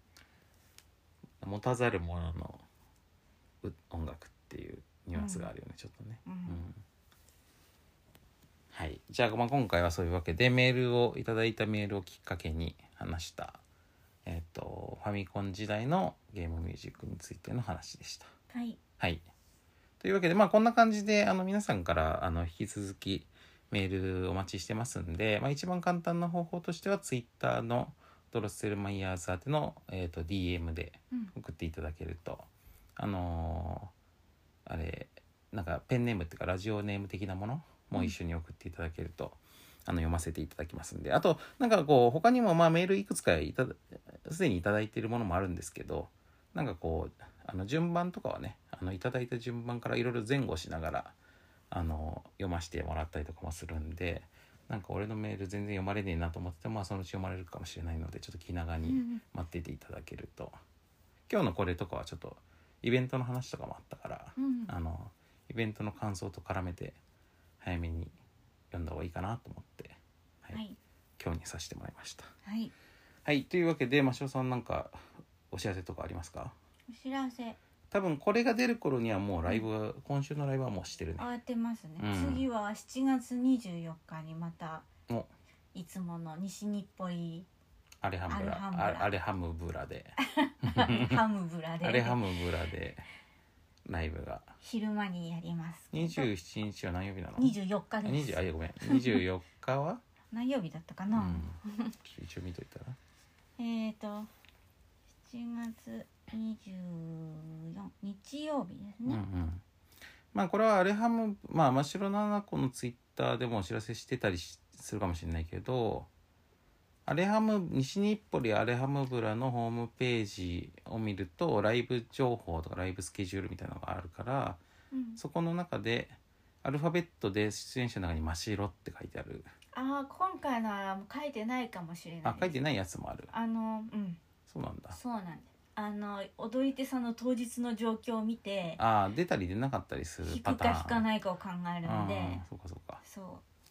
A: 持たざる者のう音楽っていうニュアンスがあるよね、ちょっとね、
B: うん
A: はいじゃあ、まあ、今回はそういうわけでメールをいただいたメールをきっかけに話したえっ、とファミコン時代のゲームミュージックについての話でした
B: はい
A: はい。というわけで、まあ、こんな感じで、あの、皆さんから、あの、引き続き、メールお待ちしてますんで、まあ、一番簡単な方法としては、ツイッターのドロッセルマイヤーズ宛ての、えっ、と、DM で
B: うん
A: 送っていただけると、あのーあれ、なんか、ペンネームっていうか、ラジオネーム的なものも一緒に送っていただけると、あの読ませていただきますんであとなんかこう他にもまあメールいくつかいただすでにいただいているものもあるんですけどなんかこうあの順番とかはねあのいただいた順番からいろいろ前後しながらあの読ませてもらったりとかもするんでなんか俺のメール全然読まれねえなと思ってても、まあ、そのうち読まれるかもしれないのでちょっと気長
B: う
A: に
B: ん
A: 待ってていただけると今日のこれとかはちょっとイベントの話とかもあったから
B: うん
A: あのイベントの感想と絡めて早めに読んだ方がいいかなと思って、はい
B: はい
A: 今日にさせてもらいました。
B: はい
A: はいというわけで真汐さんなんかお知らせとかありますか
B: お知らせ
A: 多分これが出る頃にはもうライブは、今週のライブはもうしてるね。
B: 慌てますね、
A: うん
B: 次は7月24日にまた
A: お
B: いつもの西日暮里
A: アレハムブラあアレハムブラで
B: ハムブラ
A: アレ
B: で
A: ハムブラでライブが
B: 昼間にやりますけど
A: 27日は何曜日なの
B: 24日で
A: 20
B: す
A: あいやごめん24日は、
B: 何曜日だったか
A: う
B: な、
A: ん、ちょっと一応見といたら
B: えーと7月24日曜日です
A: うんう
B: ね、
A: んまあこれはアレハムまあ真白七子のツイッターでもお知らせしてたりしするかもしれないけどアレハム西日暮里アレハムブラのホームページを見るとライブ情報とかライブスケジュールみたいなのがあるから
B: うん
A: そこの中でアルファベットで出演者の中に「真白」って書いてある
B: ああ今回のは書いてないかもしれない
A: あ書いて
B: な
A: な
B: い
A: いやつもある
B: あのうん
A: そうなんだ
B: そうなんですあの踊り手さんの当日の状況を見て
A: ああ出たり出なかったりする
B: 引
A: パ
B: く
A: ターン
B: か引かないかを考えるので、
A: うんそうかそうか
B: そ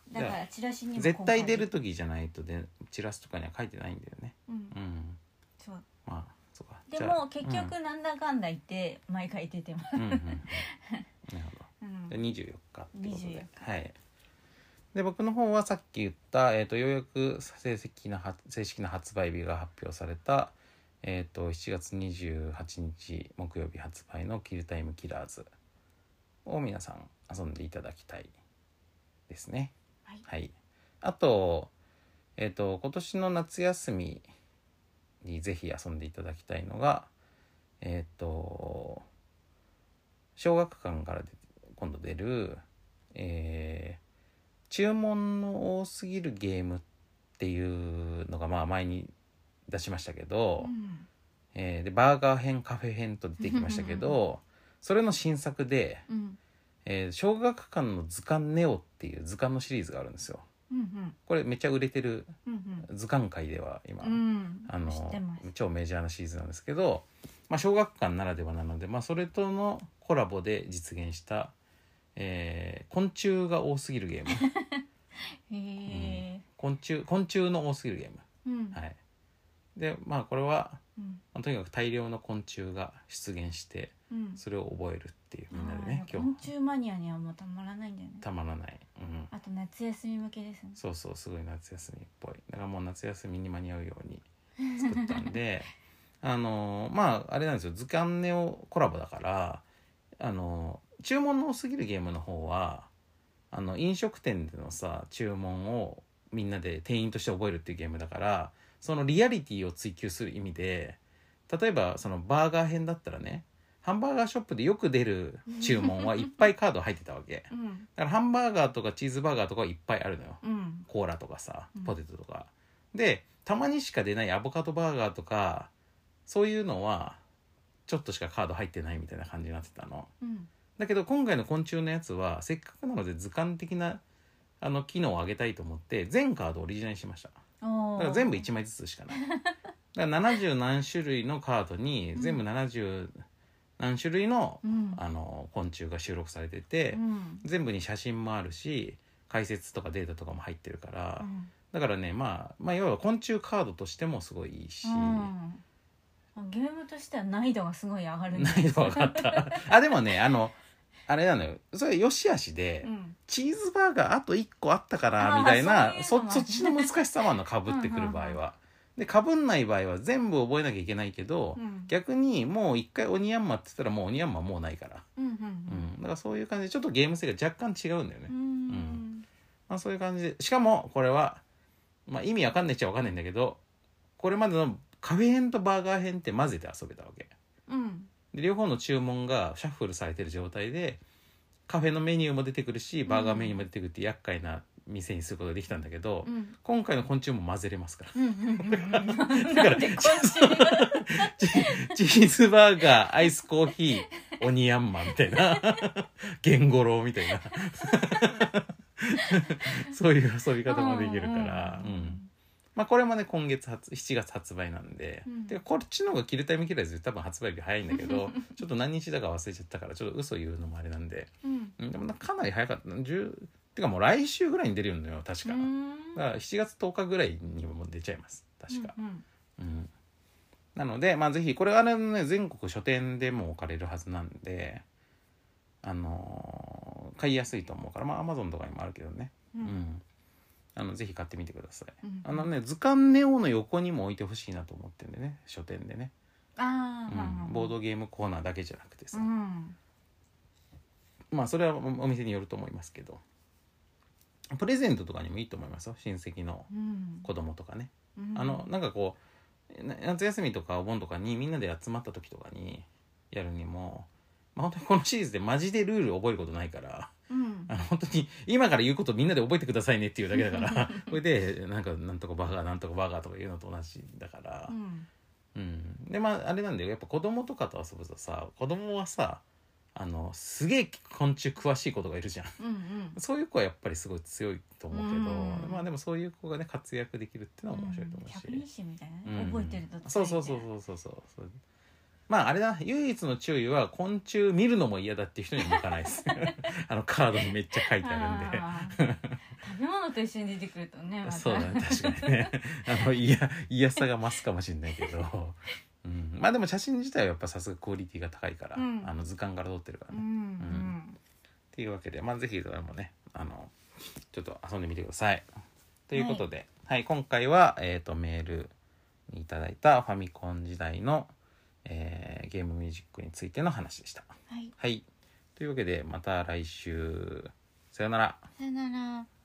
B: うだからチラシにも
A: 絶対出る
B: 今
A: 時じゃないとでチラシとかには書いてないんだよね
B: 回、うん
A: うん
B: そう
A: まあそうか
B: で
A: じゃあ
B: も結局なんだかんだ言って毎回出てます、
A: うん、うんうんうんなるほど
B: うん
A: じゃあ24日ってこと
B: 24
A: ではいで僕の方はさっき言った、えー、とようやく正式な発正式な発売日が発表された、えー、と7月28日木曜日発売の「キルタイムキラーズ」を皆さん遊んでいただきたいですね
B: はい
A: はい、あとえっ、と今年の夏休みにぜひ遊んでいただきたいのがえっ、と小学館から出て今度出るえー注文の多すぎるゲームっていうのがまあ前に出しましたけど、
B: うん
A: えーでバーガー編カフェ編と出てきましたけどそれの新作で、
B: うん
A: えー小学館の図鑑ネオっていう図鑑のシリーズがあるんですよ。
B: うん
A: これめっちゃ売れてる
B: うんうん
A: 図鑑界では今、
B: うんうん
A: あ
B: 知
A: の
B: ってます
A: 超メジャーなシリーズなんですけど、まあ、小学館ならではなので、まあ、それとのコラボで実現した、えー昆虫が多すぎるゲー ム
B: へえ
A: 昆虫昆虫の多すぎるゲーム、
B: うん
A: はい、でまあこれは、
B: うん
A: まあとにかく大量の昆虫が出現して
B: うん
A: それを覚えるっていうみんなで
B: あ
A: ね
B: ー
A: 今
B: 昆
A: 日
B: 虫マニアにはもうたまらないんだよね
A: たまらない、うん、
B: あと夏休み向けですね
A: そうそうすごい夏休みっぽいだからもう夏休みに間に合うように作ったんであのーまああれなんですよ図鑑ネオコラボだからあのー注文の多すぎるゲームの方はあの飲食店でのさ注文をみんなで店員として覚えるっていうゲームだからそのリアリティを追求する意味で例えばそのバーガー編だったらねハンバーガーショップでよく出る注文はいっぱいカード入ってたわけだ
B: うん
A: からハンバーガーとかチーズバーガーとかはいっぱいあるのよ
B: うん
A: コーラとかさ
B: うん
A: ポテトとか、でたまにしか出ないアボカドバーガーとかそういうのはちょっとしかカード入ってないみたいな感じになってたの
B: うん
A: だけど今回の昆虫のやつはせっかくなので図鑑的なあの機能を上げたいと思って全カードオリジナルにしましただ
B: お
A: か
B: ー
A: ら全部1枚ずつしかないだから70何種類のカードに全部
B: うん
A: 70何種類の,、
B: うん
A: あの昆虫が収録されてて、
B: うん
A: 全部に写真もあるし解説とかデータとかも入ってるから、
B: うん
A: だからね、まあ、まあいわゆる昆虫カードとしてもすごいいいし、
B: うんゲームとしては難易度がすごい上がるね
A: 難易度上がった あでもねあのあれなのよそれよしあしで、
B: うん
A: チーズバーガーあと1個あったか
B: あ
A: ら
B: ー
A: みたいな
B: そういう
A: そ
B: のもある
A: そっちの難しさもあるのかぶってくる場合
B: うんうん
A: は。でかぶんない場合は全部覚えなきゃいけないけど、
B: うん
A: 逆にもう一回鬼ヤンマって言ったらもう鬼ヤンマもうないから、
B: うんうん
A: うん、だからそういう感じでちょっとゲーム性が若干違うんだよね。
B: うんうん
A: まあ、そういう感じでしかもこれは、まあ、意味わかんないっちゃわかんないんだけどこれまでのカフェ編とバーガー編って混ぜて遊べたわけ
B: うん
A: で両方の注文がシャッフルされてる状態でカフェのメニューも出てくるしバーガーメニューも出てくるって厄介な店にすることができたんだけど、
B: うん
A: 今回の昆虫も混ぜれますから
B: うんうんうんうん
A: だから
B: なんでこっちに
A: チチーズバーガーアイスコーヒーオニヤンマみたいな ゲンゴロウみたいな そういう遊び方もできるから。うんまあ、これもね今月発7月発売なんで、
B: うん
A: でこっちの方がキルタイムキラーズより多分発売日早いんだけ どちょっと何日だか忘れちゃったからちょっと嘘言うのもあれなんで、
B: うん
A: うん、でもなんかかなり早かった10てかもう来週ぐらいに出るのよ確か、
B: うん
A: だから7月10日ぐらいにも出ちゃいます確か、
B: うんうん
A: うんなのでまあぜひこれはね全国書店でも置かれるはずなんであのー買いやすいと思うからまあアマゾンとかにもあるけどね
B: うん
A: うん、あのぜひ買ってみてください、
B: うん
A: あのね図鑑ネオの横にも置いてほしいなと思ってんでね書店でね、
B: あ
A: う
B: ーはあはあ
A: ん、ボードゲームコーナーだけじゃなくてさ、
B: うん
A: まあそれはお店によると思いますけどプレゼントとかにもいいと思いますよ親戚の
B: うん
A: 子供とかね、
B: うん
A: あのなんかこうな夏休みとかお盆とかにみんなで集まった時とかにやるにも、まあ、本当にこのシリーズでマジでルール覚えることないから
B: うん
A: あの本当に今から言うことみんなで覚えてくださいねっていうだけだから これでなんかなんとかバーガーなんとかバーガーとかいうのと同じだから
B: う、ん
A: うんでまああれなんだよやっぱ子供とかと遊ぶとさ子供はさあのすげえ昆虫詳しい子とかいるじゃん
B: うんうん
A: そういう子はやっぱりすごい強いと思うけど、
B: うん
A: まあでもそういう子がね活躍できるっていうのは面白いと思うし、
B: 百人種みたいな
A: う
B: ね
A: ん
B: 覚えてると強いね
A: そうそうそうそうそうそうそうまああれだ唯一の注意は昆虫見るのも嫌だっていう人には向かないです あのカードにめっちゃ書いてあるんで
B: あー食べ物と一緒に出てくるとねまた
A: そうだね確かに ねあのいや嫌さが増すかもしれないけど、うん、まあでも写真自体はやっぱさすがクオリティが高いから、
B: うん
A: あの図鑑から撮ってるから
B: う
A: ね、
B: んう
A: っ
B: ん
A: ていうわけでまあぜひそれもねあのちょっと遊んでみてくださいということで、はい今回は、えー、とメールにいただいたファミコン時代の、えーゲームミュージックについての話でした
B: はい
A: はいというわけでまた来週さよなら
B: さよなら